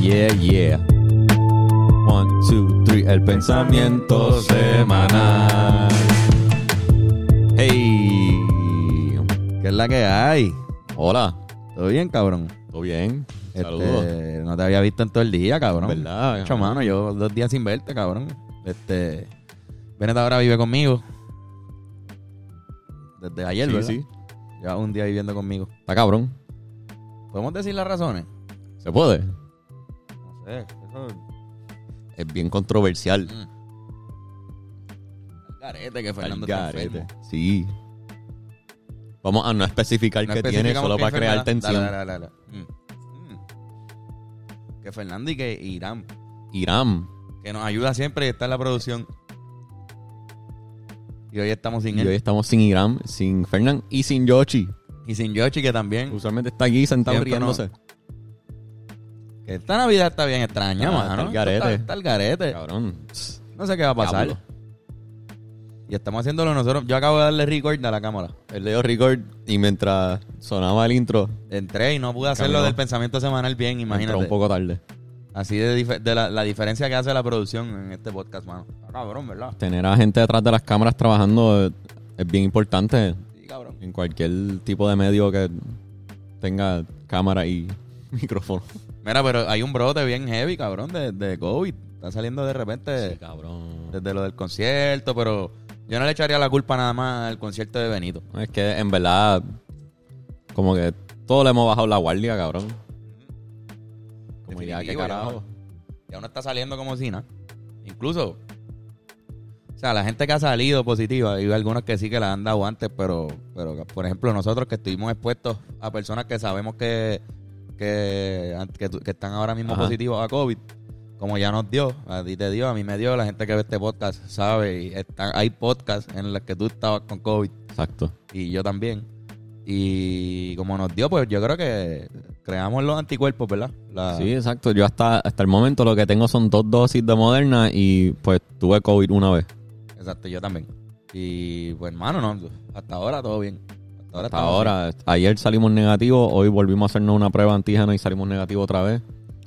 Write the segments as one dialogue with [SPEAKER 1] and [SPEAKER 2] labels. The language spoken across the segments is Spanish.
[SPEAKER 1] yeah, yeah. One, two, three, el pensamiento semanal. Hey,
[SPEAKER 2] ¿Qué es la que hay?
[SPEAKER 1] hola,
[SPEAKER 2] ¿Todo bien, cabrón?
[SPEAKER 1] ¿todo bien? Saludos.
[SPEAKER 2] Este, no te había visto en todo el día, cabrón.
[SPEAKER 1] ¿Verdad?
[SPEAKER 2] Mucho, mano, yo dos días sin verte, cabrón. Este. Venet ahora vive conmigo. Desde ayer,
[SPEAKER 1] Sí,
[SPEAKER 2] ¿verdad?
[SPEAKER 1] sí.
[SPEAKER 2] Lleva un día viviendo conmigo.
[SPEAKER 1] Está cabrón.
[SPEAKER 2] ¿Podemos decir las razones?
[SPEAKER 1] ¿Se puede?
[SPEAKER 2] No sé. Eso...
[SPEAKER 1] Es bien controversial.
[SPEAKER 2] Carete Mm. que
[SPEAKER 1] Al
[SPEAKER 2] Fernando está
[SPEAKER 1] garete.
[SPEAKER 2] enfermo.
[SPEAKER 1] Sí. Vamos a no especificar
[SPEAKER 2] No
[SPEAKER 1] qué tiene,
[SPEAKER 2] especificamos
[SPEAKER 1] solo
[SPEAKER 2] qué
[SPEAKER 1] para crear
[SPEAKER 2] enfermedad.
[SPEAKER 1] tensión.
[SPEAKER 2] Dale, dale, dale, dale. Mm. Mm. Que Fernando y que Irán,
[SPEAKER 1] Irán.
[SPEAKER 2] que nos ayuda siempre y está en la producción. Y hoy estamos sin
[SPEAKER 1] Y
[SPEAKER 2] él.
[SPEAKER 1] hoy estamos sin Irán, sin Fernán y sin Yoshi.
[SPEAKER 2] Y sin Yoshi, que también.
[SPEAKER 1] Usualmente está aquí sentado
[SPEAKER 2] Siempre
[SPEAKER 1] riéndose.
[SPEAKER 2] Que esta Navidad está bien extraña,
[SPEAKER 1] Ah,
[SPEAKER 2] mano.
[SPEAKER 1] está el
[SPEAKER 2] Esto
[SPEAKER 1] garete.
[SPEAKER 2] Está, está el garete.
[SPEAKER 1] Cabrón. Pss,
[SPEAKER 2] No sé qué va a pasar.
[SPEAKER 1] Diablo.
[SPEAKER 2] Y estamos haciéndolo nosotros. Yo acabo de darle record a la cámara.
[SPEAKER 1] Él le dio record y mientras sonaba el intro,
[SPEAKER 2] Entré y no pude hacerlo
[SPEAKER 1] Caminó.
[SPEAKER 2] del pensamiento semanal bien,
[SPEAKER 1] entró
[SPEAKER 2] imagínate.
[SPEAKER 1] un poco tarde.
[SPEAKER 2] Así de, dif- de la, la diferencia que hace la producción en este podcast, mano.
[SPEAKER 1] Ah,
[SPEAKER 2] Está cabrón, ¿verdad?
[SPEAKER 1] Tener a gente detrás de las cámaras trabajando es- es bien importante
[SPEAKER 2] Sí, cabrón.
[SPEAKER 1] en cualquier tipo de medio que tenga cámara y micrófono.
[SPEAKER 2] Mira, pero hay un brote bien heavy, cabrón, de, de COVID. Está saliendo de repente
[SPEAKER 1] Eh, cabrón.
[SPEAKER 2] desde lo del concierto, pero yo no le echaría la culpa nada más al concierto de Benito.
[SPEAKER 1] No, Es que en verdad, como que todos le hemos bajado la guardia, cabrón. Como ya, qué
[SPEAKER 2] Definitivo, ya
[SPEAKER 1] carajo.
[SPEAKER 2] no- Ya uno está saliendo como si nada. Incluso, o sea, la gente que ha salido positiva, hay algunos que sí que la han dado antes, pero, pero por ejemplo, nosotros que estuvimos expuestos a personas que sabemos que, que, que tu- que están ahora mismo
[SPEAKER 1] Ajá.
[SPEAKER 2] positivos a COVID, como ya nos dio, a ti te dio, a mí me dio, la gente que ve este podcast sabe, y está- hay podcasts en los que tú estabas con COVID
[SPEAKER 1] Exacto.
[SPEAKER 2] y yo también. Y como nos dio, pues yo creo que creamos los anticuerpos, ¿verdad? La-
[SPEAKER 1] Sí, exacto. Yo hasta, hasta el momento lo que tengo son dos dosis de Moderna y pues tuve COVID una vez.
[SPEAKER 2] Exacto, yo también. Y pues, hermano, no, hasta ahora todo bien. Hasta ahora,
[SPEAKER 1] Hasta
[SPEAKER 2] estamos
[SPEAKER 1] ahora, ayer salimos negativos, hoy volvimos a hacernos una prueba antígena y salimos negativo otra vez.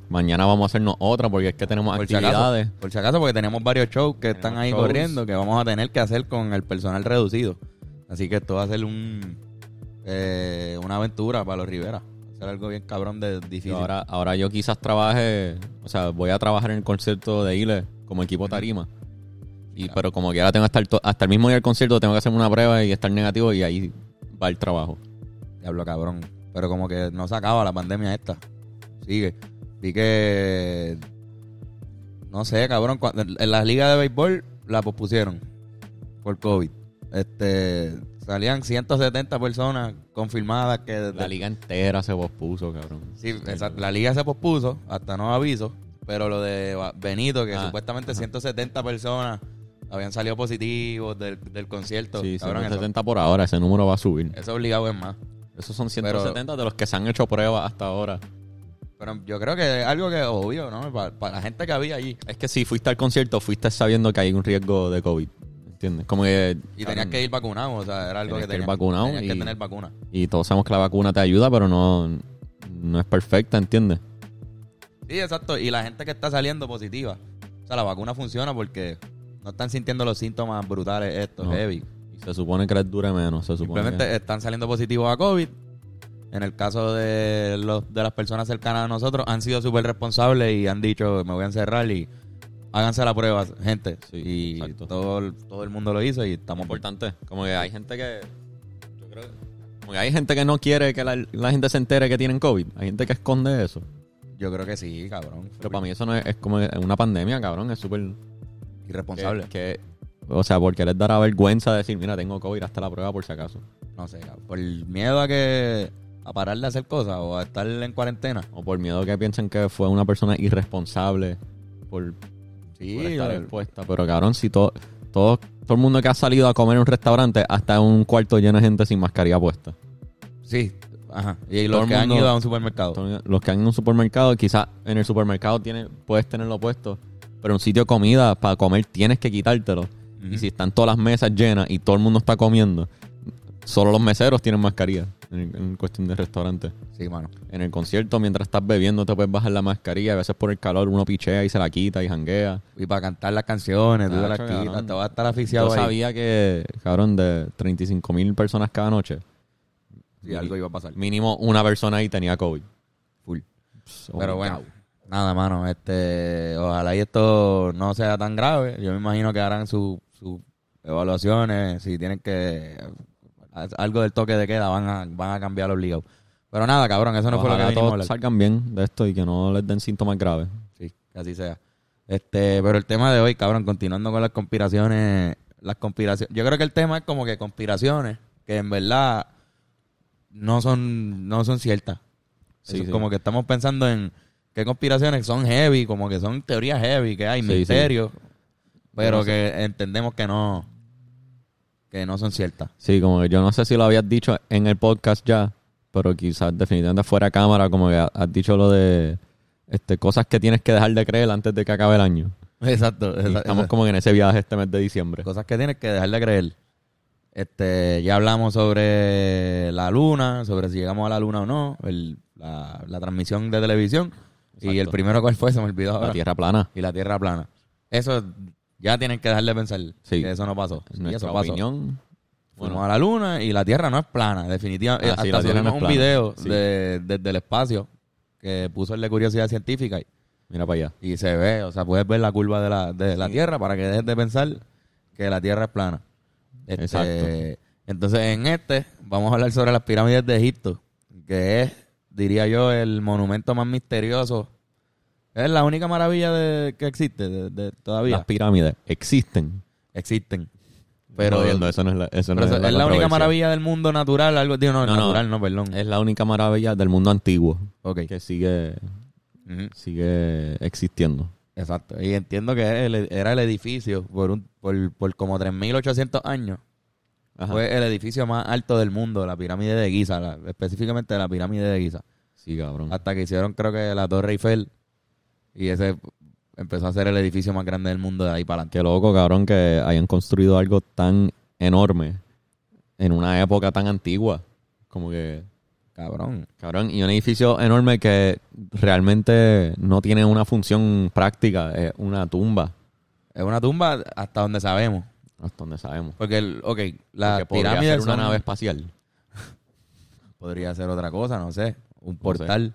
[SPEAKER 1] Mañana vamos a hacernos otra porque es que tenemos
[SPEAKER 2] bien. Por si
[SPEAKER 1] actividades.
[SPEAKER 2] acaso, por si acaso, porque tenemos varios shows que
[SPEAKER 1] Tenemos
[SPEAKER 2] están ahí
[SPEAKER 1] shows.
[SPEAKER 2] corriendo que vamos a tener que hacer con el personal reducido. Así que esto va a ser un, eh, una aventura para los Rivera. Va a ser algo bien cabrón de
[SPEAKER 1] Y
[SPEAKER 2] difícil.
[SPEAKER 1] ahora, ahora yo quizás trabaje, o sea, voy a trabajar en el concierto de Ile como equipo tarima. Y,
[SPEAKER 2] Claro.
[SPEAKER 1] Pero como que ahora tengo hasta el, to- hasta el mismo día del concierto, tengo que hacerme una prueba y estar negativo y ahí va el trabajo.
[SPEAKER 2] Diablo, cabrón. Pero como que no se acaba la pandemia esta. Sigue. Vi que. No sé, cabrón. cuando- en las ligas de béisbol la pospusieron por COVID. Este. Salían 170 personas confirmadas que. desde-
[SPEAKER 1] La liga entera se pospuso, cabrón.
[SPEAKER 2] Sí, esa- la liga se pospuso hasta no aviso. Pero lo de Ba- Benito, que
[SPEAKER 1] Ah,
[SPEAKER 2] supuestamente 170 personas habían salido positivos del, del concierto.
[SPEAKER 1] Sí,
[SPEAKER 2] cabrón, eso, Eh,
[SPEAKER 1] 170 por ahora, ese número va a subir.
[SPEAKER 2] eso obligado es más.
[SPEAKER 1] Esos son 170 de los que se han hecho pruebas hasta ahora.
[SPEAKER 2] Pero yo creo que es algo que es obvio, ¿no? Para, la gente que había allí.
[SPEAKER 1] Es que si fuiste al concierto, fuiste sabiendo que hay un riesgo de COVID. ¿Entiendes? Como que.
[SPEAKER 2] Y
[SPEAKER 1] cabrón,
[SPEAKER 2] tenías que ir vacunado, o sea, era algo
[SPEAKER 1] Tenías
[SPEAKER 2] que
[SPEAKER 1] que ir
[SPEAKER 2] tenías,
[SPEAKER 1] vacunado
[SPEAKER 2] tenías que
[SPEAKER 1] y-
[SPEAKER 2] tener vacuna.
[SPEAKER 1] Y todos sabemos que la vacuna te ayuda, pero no, no es perfecta, ¿entiendes?
[SPEAKER 2] Sí, exacto. Y la gente que está saliendo positiva. O sea, la vacuna funciona porque no están sintiendo los síntomas brutales estos,
[SPEAKER 1] No.
[SPEAKER 2] heavy.
[SPEAKER 1] Y se supone que les dure menos, se supone.
[SPEAKER 2] Simplemente están saliendo positivos a COVID. En el caso de, los, de las personas cercanas a nosotros, han sido súper responsables y han dicho, me voy a encerrar y háganse la prueba, gente.
[SPEAKER 1] Sí,
[SPEAKER 2] y
[SPEAKER 1] exacto.
[SPEAKER 2] todo, el- todo el mundo lo hizo y
[SPEAKER 1] que es
[SPEAKER 2] estamos...
[SPEAKER 1] importante. Como que hay gente que. Yo creo que- Como que hay gente que no quiere que la, la gente se entere que tienen COVID. Hay gente que esconde eso.
[SPEAKER 2] Yo creo que sí, cabrón.
[SPEAKER 1] Pero para mí eso no es, es como una pandemia, cabrón. Es súper.
[SPEAKER 2] Irresponsable.
[SPEAKER 1] Que, que- o sea, porque les dará vergüenza decir, mira, tengo COVID, hasta la prueba por si acaso.
[SPEAKER 2] No sé, cabrón. Por el miedo a que. a parar de hacer cosas o a estar en cuarentena.
[SPEAKER 1] O por miedo que piensen que fue una persona irresponsable por, por estar
[SPEAKER 2] el-
[SPEAKER 1] expuesta. Pero cabrón, si todo, todo, todo el mundo que ha salido a comer en un restaurante, hasta un cuarto lleno de gente sin mascarilla puesta.
[SPEAKER 2] sí. Ajá. Y
[SPEAKER 1] Todo
[SPEAKER 2] los
[SPEAKER 1] el
[SPEAKER 2] que han
[SPEAKER 1] mundo-
[SPEAKER 2] ido a un supermercado.
[SPEAKER 1] Entonces, Los que han en un supermercado, quizás en el supermercado tiene, puedes tenerlo puesto, pero en un sitio de comida, para comer tienes que quitártelo.
[SPEAKER 2] Ujú.
[SPEAKER 1] Y si están todas las mesas llenas y todo el mundo está comiendo, solo los meseros tienen mascarilla. en, en cuestión de restaurante.
[SPEAKER 2] Sí, mano.
[SPEAKER 1] En el concierto, mientras estás bebiendo, te puedes bajar la mascarilla. A veces por el calor uno pichea y se la quita y janguea.
[SPEAKER 2] Y para cantar las canciones, tú
[SPEAKER 1] Ah,
[SPEAKER 2] te las
[SPEAKER 1] chaval,
[SPEAKER 2] quitas,
[SPEAKER 1] cabrón.
[SPEAKER 2] te vas a estar
[SPEAKER 1] Yo
[SPEAKER 2] asfixiado ahí.
[SPEAKER 1] sabía que, cabrón, de 35 mil personas cada noche,
[SPEAKER 2] Y algo iba a pasar.
[SPEAKER 1] mínimo una persona ahí tenía COVID.
[SPEAKER 2] Full.
[SPEAKER 1] Pss,
[SPEAKER 2] Pero bueno,
[SPEAKER 1] obligado.
[SPEAKER 2] nada, mano. Este, ojalá y esto no sea tan grave. Yo me imagino que harán su- sus evaluaciones. Si tienen que. Algo del toque de queda, van a, van a cambiar obligado. Pero nada, cabrón, eso no fue
[SPEAKER 1] Ojalá
[SPEAKER 2] lo que vinimos a
[SPEAKER 1] todos
[SPEAKER 2] hablar.
[SPEAKER 1] salgan bien de esto y que no les den síntomas graves.
[SPEAKER 2] Sí, que así sea. Este, pero el tema de hoy, cabrón, continuando con las conspiraciones, las conspiraciones. Yo creo que el tema es como que conspiraciones que en verdad no son no son ciertas.
[SPEAKER 1] Sí,
[SPEAKER 2] Eso es
[SPEAKER 1] sí.
[SPEAKER 2] Como que estamos pensando en qué conspiraciones son heavy, como que son teorías heavy, que hay
[SPEAKER 1] Sí,
[SPEAKER 2] misterios, pero
[SPEAKER 1] Yo no
[SPEAKER 2] que entendemos que no que no son ciertas.
[SPEAKER 1] Sí, como que yo no sé si lo habías dicho en el podcast ya, pero quizás definitivamente fuera de cámara, como que ha- has dicho lo de este, cosas que tienes que dejar de creer antes de que acabe el año.
[SPEAKER 2] Exacto,
[SPEAKER 1] Y
[SPEAKER 2] exacto.
[SPEAKER 1] estamos como en ese viaje este mes de diciembre.
[SPEAKER 2] Cosas que tienes que dejar de creer. Este, ya hablamos sobre la luna, sobre si llegamos a la luna o no, el- la, la transmisión de televisión. Y
[SPEAKER 1] Exacto.
[SPEAKER 2] el primero cuál fue, se me olvidó ahora.
[SPEAKER 1] La tierra plana.
[SPEAKER 2] Y la tierra plana. Eso ya tienen que dejar de pensar.
[SPEAKER 1] Sí.
[SPEAKER 2] Que eso no pasó.
[SPEAKER 1] En
[SPEAKER 2] Y
[SPEAKER 1] nuestra
[SPEAKER 2] eso pasó.
[SPEAKER 1] opinión.
[SPEAKER 2] Fuimos
[SPEAKER 1] bueno.
[SPEAKER 2] a la luna y la tierra no es plana, definitivamente.
[SPEAKER 1] Ah,
[SPEAKER 2] Hasta
[SPEAKER 1] sí, la Tierra
[SPEAKER 2] subimos
[SPEAKER 1] no es
[SPEAKER 2] un
[SPEAKER 1] plana.
[SPEAKER 2] video
[SPEAKER 1] Sí.
[SPEAKER 2] de- desde el espacio que puso el de curiosidad científica. y-
[SPEAKER 1] Mira para allá.
[SPEAKER 2] y se ve, o sea, puedes ver la curva de la, de la Tierra para que dejes de pensar que la Tierra es plana. Este,
[SPEAKER 1] Exacto.
[SPEAKER 2] Entonces, en este vamos a hablar sobre las pirámides de Egipto, que es, diría yo, el monumento más misterioso. Es la única maravilla de- que existe de- de- todavía.
[SPEAKER 1] Las pirámides existen.
[SPEAKER 2] Existen. Pero,
[SPEAKER 1] Jodiendo, eso no es la, eso no
[SPEAKER 2] pero
[SPEAKER 1] es
[SPEAKER 2] eso-
[SPEAKER 1] la
[SPEAKER 2] es la única
[SPEAKER 1] controversia.
[SPEAKER 2] maravilla del mundo natural. Algo, digo, no,
[SPEAKER 1] No, no.
[SPEAKER 2] natural, no, perdón.
[SPEAKER 1] Es la única maravilla del mundo antiguo
[SPEAKER 2] ok.
[SPEAKER 1] que sigue,
[SPEAKER 2] Ujú.
[SPEAKER 1] sigue existiendo.
[SPEAKER 2] Exacto. Y entiendo que el- era el edificio por, un, por, por como 3.800 años.
[SPEAKER 1] Ajá.
[SPEAKER 2] Fue el edificio más alto del mundo, la pirámide de Giza, la- específicamente la pirámide de Giza.
[SPEAKER 1] sí, cabrón.
[SPEAKER 2] Hasta que hicieron, creo que, la Torre Eiffel. Y ese empezó a ser el edificio más grande del mundo de ahí para adelante.
[SPEAKER 1] Qué loco, cabrón, que hayan construido algo tan enorme en una época tan antigua. Como que,
[SPEAKER 2] Cabrón.
[SPEAKER 1] cabrón, y un edificio enorme que realmente no tiene una función práctica, es una tumba,
[SPEAKER 2] Es una tumba hasta donde sabemos.
[SPEAKER 1] hasta donde sabemos.
[SPEAKER 2] Porque, el, ok, la
[SPEAKER 1] Porque podría
[SPEAKER 2] pirámide
[SPEAKER 1] ser una
[SPEAKER 2] son-
[SPEAKER 1] nave espacial
[SPEAKER 2] podría ser otra cosa, no sé. Un portal,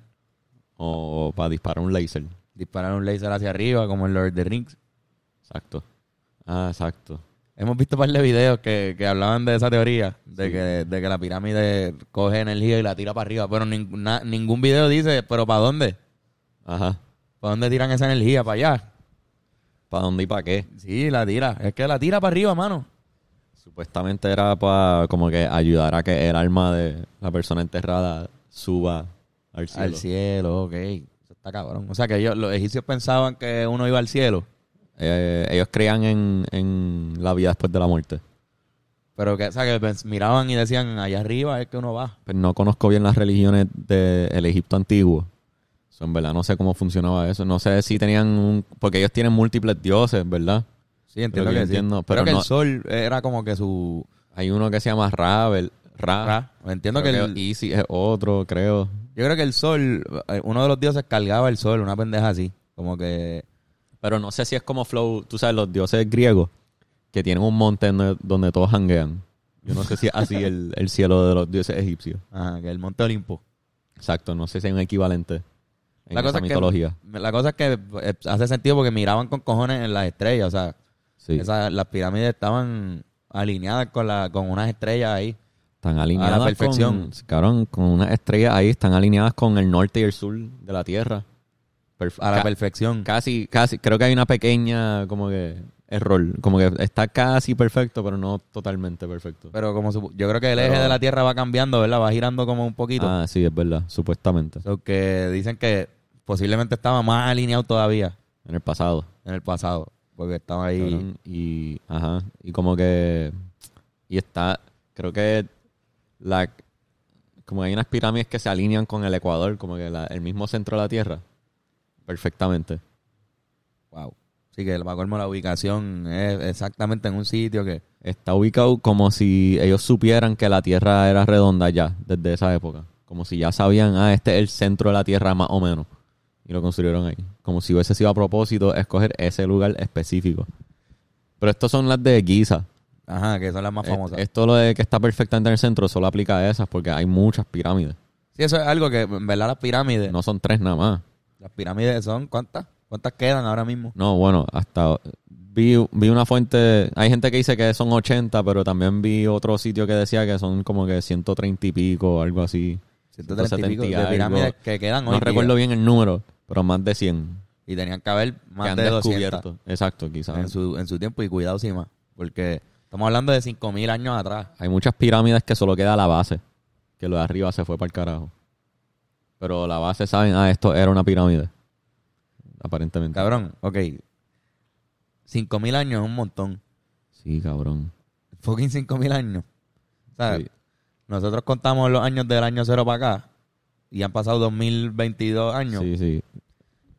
[SPEAKER 1] o para disparar un láser.
[SPEAKER 2] disparar un láser hacia arriba, como en Lord of the Rings.
[SPEAKER 1] Exacto. Ah, exacto.
[SPEAKER 2] Hemos visto un par de videos que, que hablaban de esa teoría, de, que, de que la pirámide coge energía y la tira para arriba, pero nin- na- ningún video dice, pero ¿para dónde?
[SPEAKER 1] Ajá.
[SPEAKER 2] ¿Para dónde tiran esa energía? ¿Para allá?
[SPEAKER 1] ¿Para dónde y para qué?
[SPEAKER 2] Sí, la tira. Es que la tira para arriba, mano.
[SPEAKER 1] Supuestamente era para como que ayudar a que el alma de la persona enterrada suba al cielo.
[SPEAKER 2] Al cielo, ok. Eso está cabrón. O sea, que ellos, los egipcios pensaban que uno iba al cielo,
[SPEAKER 1] Eh, ellos creían en, en la vida después de la muerte.
[SPEAKER 2] pero que, o sea, que pens- miraban y decían, allá arriba es que uno va.
[SPEAKER 1] Pero Pues no conozco bien las religiones del Egipto antiguo. So, en verdad no sé cómo funcionaba eso. No sé si tenían un... Porque ellos tienen múltiples dioses, ¿verdad?
[SPEAKER 2] Sí, entiendo
[SPEAKER 1] Lo que
[SPEAKER 2] que,
[SPEAKER 1] yo
[SPEAKER 2] sí.
[SPEAKER 1] entiendo,
[SPEAKER 2] Creo
[SPEAKER 1] pero
[SPEAKER 2] que
[SPEAKER 1] no-
[SPEAKER 2] el sol era como que su...
[SPEAKER 1] Hay uno que se llama Ra, ¿ver- Ra.
[SPEAKER 2] Ra. Entiendo
[SPEAKER 1] Ah, Creo
[SPEAKER 2] que
[SPEAKER 1] que
[SPEAKER 2] el-
[SPEAKER 1] Isis es otro, creo.
[SPEAKER 2] Yo creo que el sol, eh, uno de los dioses cargaba el sol, una pendeja así. Como que.
[SPEAKER 1] Pero no sé si es como Flow, tú sabes, los dioses griegos que tienen un monte en- donde todos hanguean. Yo no sé si es así el, el cielo de los dioses egipcios.
[SPEAKER 2] Ajá, que el Monte Olimpo.
[SPEAKER 1] Exacto, no sé si hay un equivalente en esa
[SPEAKER 2] es que-
[SPEAKER 1] mitología.
[SPEAKER 2] la cosa es que eh, hace sentido porque miraban con cojones en las estrellas. O sea,
[SPEAKER 1] Sí,
[SPEAKER 2] esas- las pirámides estaban alineadas con, la, con unas estrellas ahí.
[SPEAKER 1] están alineadas
[SPEAKER 2] a la perfección.
[SPEAKER 1] Con, cabrón, con unas estrellas ahí, están alineadas con el norte y el sur de la Tierra. Perf-
[SPEAKER 2] A la
[SPEAKER 1] ca-
[SPEAKER 2] perfección.
[SPEAKER 1] casi, casi, creo que hay una pequeña como que error, como que está casi perfecto, pero no totalmente perfecto.
[SPEAKER 2] Pero como su- yo creo que el eje
[SPEAKER 1] Pero-
[SPEAKER 2] de la Tierra va cambiando, ¿verdad? Va girando como un poquito.
[SPEAKER 1] Ah, sí, es verdad, supuestamente,
[SPEAKER 2] So que dicen que posiblemente estaba más alineado todavía
[SPEAKER 1] en el pasado.
[SPEAKER 2] en el pasado. Porque estaban ahí.
[SPEAKER 1] Cabrón, y ajá y como que y está creo que la como hay unas pirámides que se alinean con el ecuador como que la- el mismo centro de la tierra perfectamente
[SPEAKER 2] Wow. Así que para colmo la ubicación es exactamente en un sitio que...
[SPEAKER 1] Está ubicado como si ellos supieran que la Tierra era redonda ya, desde esa época. Como si ya sabían, ah, este es el centro de la Tierra más o menos. Y lo construyeron ahí. Como si hubiese sido a propósito escoger ese lugar específico. Pero estas son las de Giza.
[SPEAKER 2] Ajá, que son las más
[SPEAKER 1] Eh,
[SPEAKER 2] famosas.
[SPEAKER 1] Esto lo de que está perfectamente en el centro solo aplica a esas porque hay muchas pirámides.
[SPEAKER 2] Sí, eso es algo que, en verdad, las pirámides...
[SPEAKER 1] No son tres nada más.
[SPEAKER 2] Las pirámides son, ¿cuántas? ¿Cuántas quedan ahora mismo?
[SPEAKER 1] No, bueno, hasta vi, vi una fuente, hay gente que dice que son 80, pero también vi otro sitio que decía que son como que 130 y pico o algo así.
[SPEAKER 2] 130 y pico de
[SPEAKER 1] 170 y
[SPEAKER 2] pirámides
[SPEAKER 1] algo.
[SPEAKER 2] que quedan
[SPEAKER 1] No
[SPEAKER 2] hoy día.
[SPEAKER 1] recuerdo bien el número, pero más de 100
[SPEAKER 2] Y tenían que haber
[SPEAKER 1] que
[SPEAKER 2] más
[SPEAKER 1] han
[SPEAKER 2] de 200
[SPEAKER 1] descubierto. Exacto, quizás.
[SPEAKER 2] en su, en su tiempo y cuidado sin más. Porque estamos hablando de 5.000 años atrás.
[SPEAKER 1] Hay muchas pirámides que solo queda la base, que lo de arriba se fue para el carajo. Pero la base saben, ah, esto era una pirámide. Aparentemente.
[SPEAKER 2] Cabrón, ok. 5.000 años es un montón.
[SPEAKER 1] Sí, cabrón.
[SPEAKER 2] Fucking 5.000 años. ¿Sabes?
[SPEAKER 1] Sí.
[SPEAKER 2] Nosotros contamos los años del año cero para acá. Y han pasado 2022 años.
[SPEAKER 1] Sí, sí,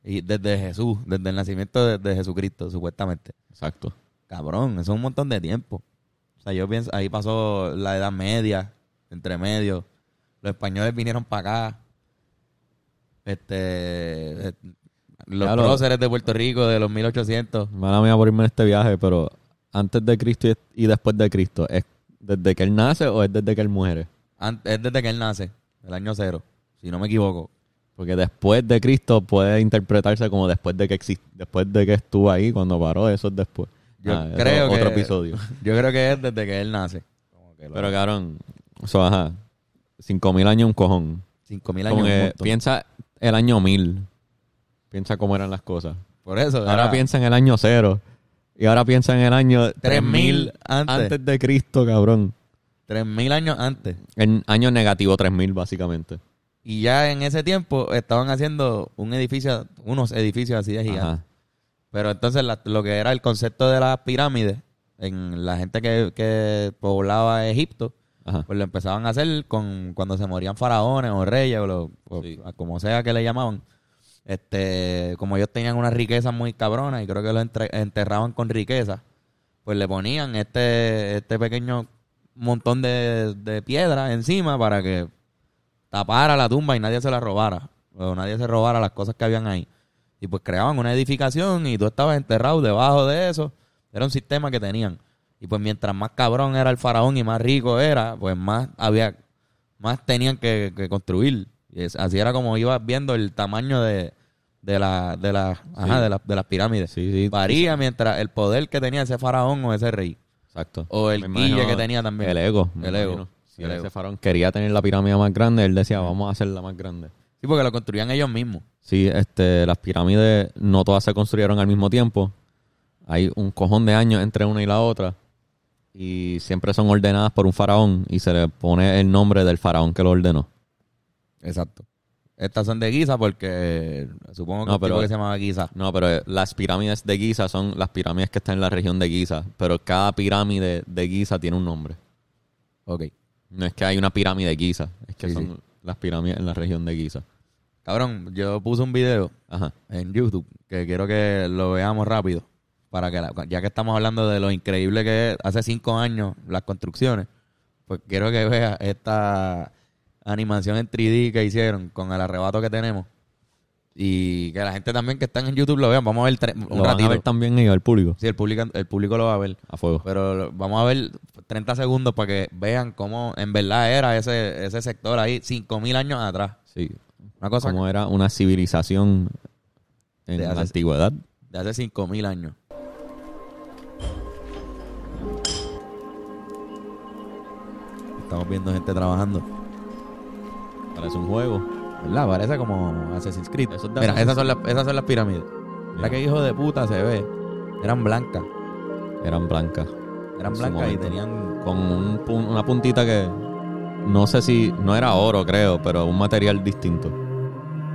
[SPEAKER 2] Y desde Jesús, desde el nacimiento de, de Jesucristo, supuestamente.
[SPEAKER 1] exacto.
[SPEAKER 2] Cabrón, eso es un montón de tiempo. O sea, yo pienso, ahí pasó la Edad Media, entre medio. Los españoles vinieron para acá. Este. eh, Los
[SPEAKER 1] Ya lo-
[SPEAKER 2] próceres de Puerto Rico de los 1800.
[SPEAKER 1] Mala mía por irme en este viaje, pero antes de Cristo y- y después de Cristo, ¿es desde que él nace o es desde que él muere?
[SPEAKER 2] An- es desde que él nace, el año cero, si no me equivoco.
[SPEAKER 1] Porque después de Cristo puede interpretarse como después de que exist- después de que estuvo ahí, cuando paró, eso es después.
[SPEAKER 2] Yo
[SPEAKER 1] Ah, eso
[SPEAKER 2] creo
[SPEAKER 1] es
[SPEAKER 2] que.
[SPEAKER 1] otro episodio.
[SPEAKER 2] Yo creo que es desde que él nace. Como que lo-
[SPEAKER 1] Pero cabrón, eso ajá. 5000 años un cojón.
[SPEAKER 2] 5000 años.
[SPEAKER 1] Como
[SPEAKER 2] un
[SPEAKER 1] que
[SPEAKER 2] montón.
[SPEAKER 1] piensa el año 1000. Piensa cómo eran las cosas.
[SPEAKER 2] Por eso,
[SPEAKER 1] Ahora
[SPEAKER 2] era
[SPEAKER 1] piensa en el año 0 y ahora piensa en el año
[SPEAKER 2] 3000
[SPEAKER 1] 3000
[SPEAKER 2] antes.
[SPEAKER 1] antes de Cristo, cabrón.
[SPEAKER 2] 3000 años antes.
[SPEAKER 1] En año negativo 3000 básicamente.
[SPEAKER 2] Y ya en ese tiempo estaban haciendo un edificio, unos edificios así de gigantes.
[SPEAKER 1] Ajá.
[SPEAKER 2] Pero entonces la- lo que era el concepto de las pirámides, en la gente que, que poblaba Egipto,
[SPEAKER 1] Ajá.
[SPEAKER 2] pues lo empezaban a hacer con cuando se morían faraones o reyes o, lo- o
[SPEAKER 1] Sí.
[SPEAKER 2] a como sea que le llamaban. Este, como ellos tenían una riqueza muy cabrona y creo que lo entre- enterraban con riqueza, pues le ponían este, este pequeño montón de, de piedra encima para que tapara la tumba y nadie se la robara. O nadie se robara las cosas que habían ahí. Y pues creaban una edificación y tú estabas enterrado debajo de eso. Era un sistema que tenían. Y pues mientras más cabrón era el faraón y más rico era, pues más había, más tenían que, que construir. Y es- así era como ibas viendo el tamaño de, de, la, de, la, ajá, de, la- de las pirámides.
[SPEAKER 1] Sí, sí.
[SPEAKER 2] Varía mientras el poder que tenía ese faraón o ese rey.
[SPEAKER 1] Exacto.
[SPEAKER 2] O el
[SPEAKER 1] Me imagino
[SPEAKER 2] guille que tenía también.
[SPEAKER 1] El ego.
[SPEAKER 2] El
[SPEAKER 1] me
[SPEAKER 2] ego,
[SPEAKER 1] imagino. Si
[SPEAKER 2] el
[SPEAKER 1] ese
[SPEAKER 2] ego.
[SPEAKER 1] faraón quería tener la pirámide más grande, él decía, vamos a hacerla más grande.
[SPEAKER 2] Sí, porque lo construían ellos mismos.
[SPEAKER 1] Sí, este, las pirámides no todas se construyeron al mismo tiempo. Hay un cojón de años entre una y la otra. Y siempre son ordenadas por un faraón y se le pone el nombre del faraón que lo ordenó.
[SPEAKER 2] Exacto. Estas son de Giza porque supongo que
[SPEAKER 1] No,
[SPEAKER 2] un tipo
[SPEAKER 1] pero-
[SPEAKER 2] que se llamaba Giza.
[SPEAKER 1] No, pero eh, las pirámides de Giza son las pirámides que están en la región de Giza. Pero cada pirámide de Giza tiene un nombre.
[SPEAKER 2] Ok.
[SPEAKER 1] No es que hay una pirámide de Giza, es que
[SPEAKER 2] Sí,
[SPEAKER 1] son las pirámides en la región de Giza.
[SPEAKER 2] Cabrón, yo puse un video
[SPEAKER 1] Ajá.
[SPEAKER 2] en YouTube que quiero que lo veamos rápido. Para que la- ya que estamos hablando de lo increíble que es hace cinco años las construcciones, pues quiero que veas esta animación en 3D que hicieron con el arrebato que tenemos. Y que la gente también que están en YouTube lo vean. Vamos a ver tre-
[SPEAKER 1] Lo
[SPEAKER 2] un
[SPEAKER 1] van
[SPEAKER 2] ratito.
[SPEAKER 1] a ver también ellos, el público.
[SPEAKER 2] Sí, el público, el público lo va a ver.
[SPEAKER 1] A fuego.
[SPEAKER 2] Pero lo- vamos a ver 30 segundos para que vean cómo en verdad era ese, ese sector ahí 5.000 años atrás.
[SPEAKER 1] Sí.
[SPEAKER 2] Una cosa
[SPEAKER 1] Como era una civilización en
[SPEAKER 2] De
[SPEAKER 1] la
[SPEAKER 2] hace-
[SPEAKER 1] antigüedad.
[SPEAKER 2] de hace 5.000 años. Estamos viendo gente trabajando.
[SPEAKER 1] Parece un juego.
[SPEAKER 2] ¿Verdad? Parece como Assassin's Creed.
[SPEAKER 1] Eso es de
[SPEAKER 2] Mira,
[SPEAKER 1] Assassin's
[SPEAKER 2] esas son, las, esas son las pirámides. Mira
[SPEAKER 1] Mira.
[SPEAKER 2] que hijo de puta se ve. Eran blancas.
[SPEAKER 1] Eran blancas.
[SPEAKER 2] Eran
[SPEAKER 1] En su
[SPEAKER 2] blancas y
[SPEAKER 1] momento.
[SPEAKER 2] tenían...
[SPEAKER 1] Con un pun- una puntita que no sé si no era oro, creo, pero un material distinto.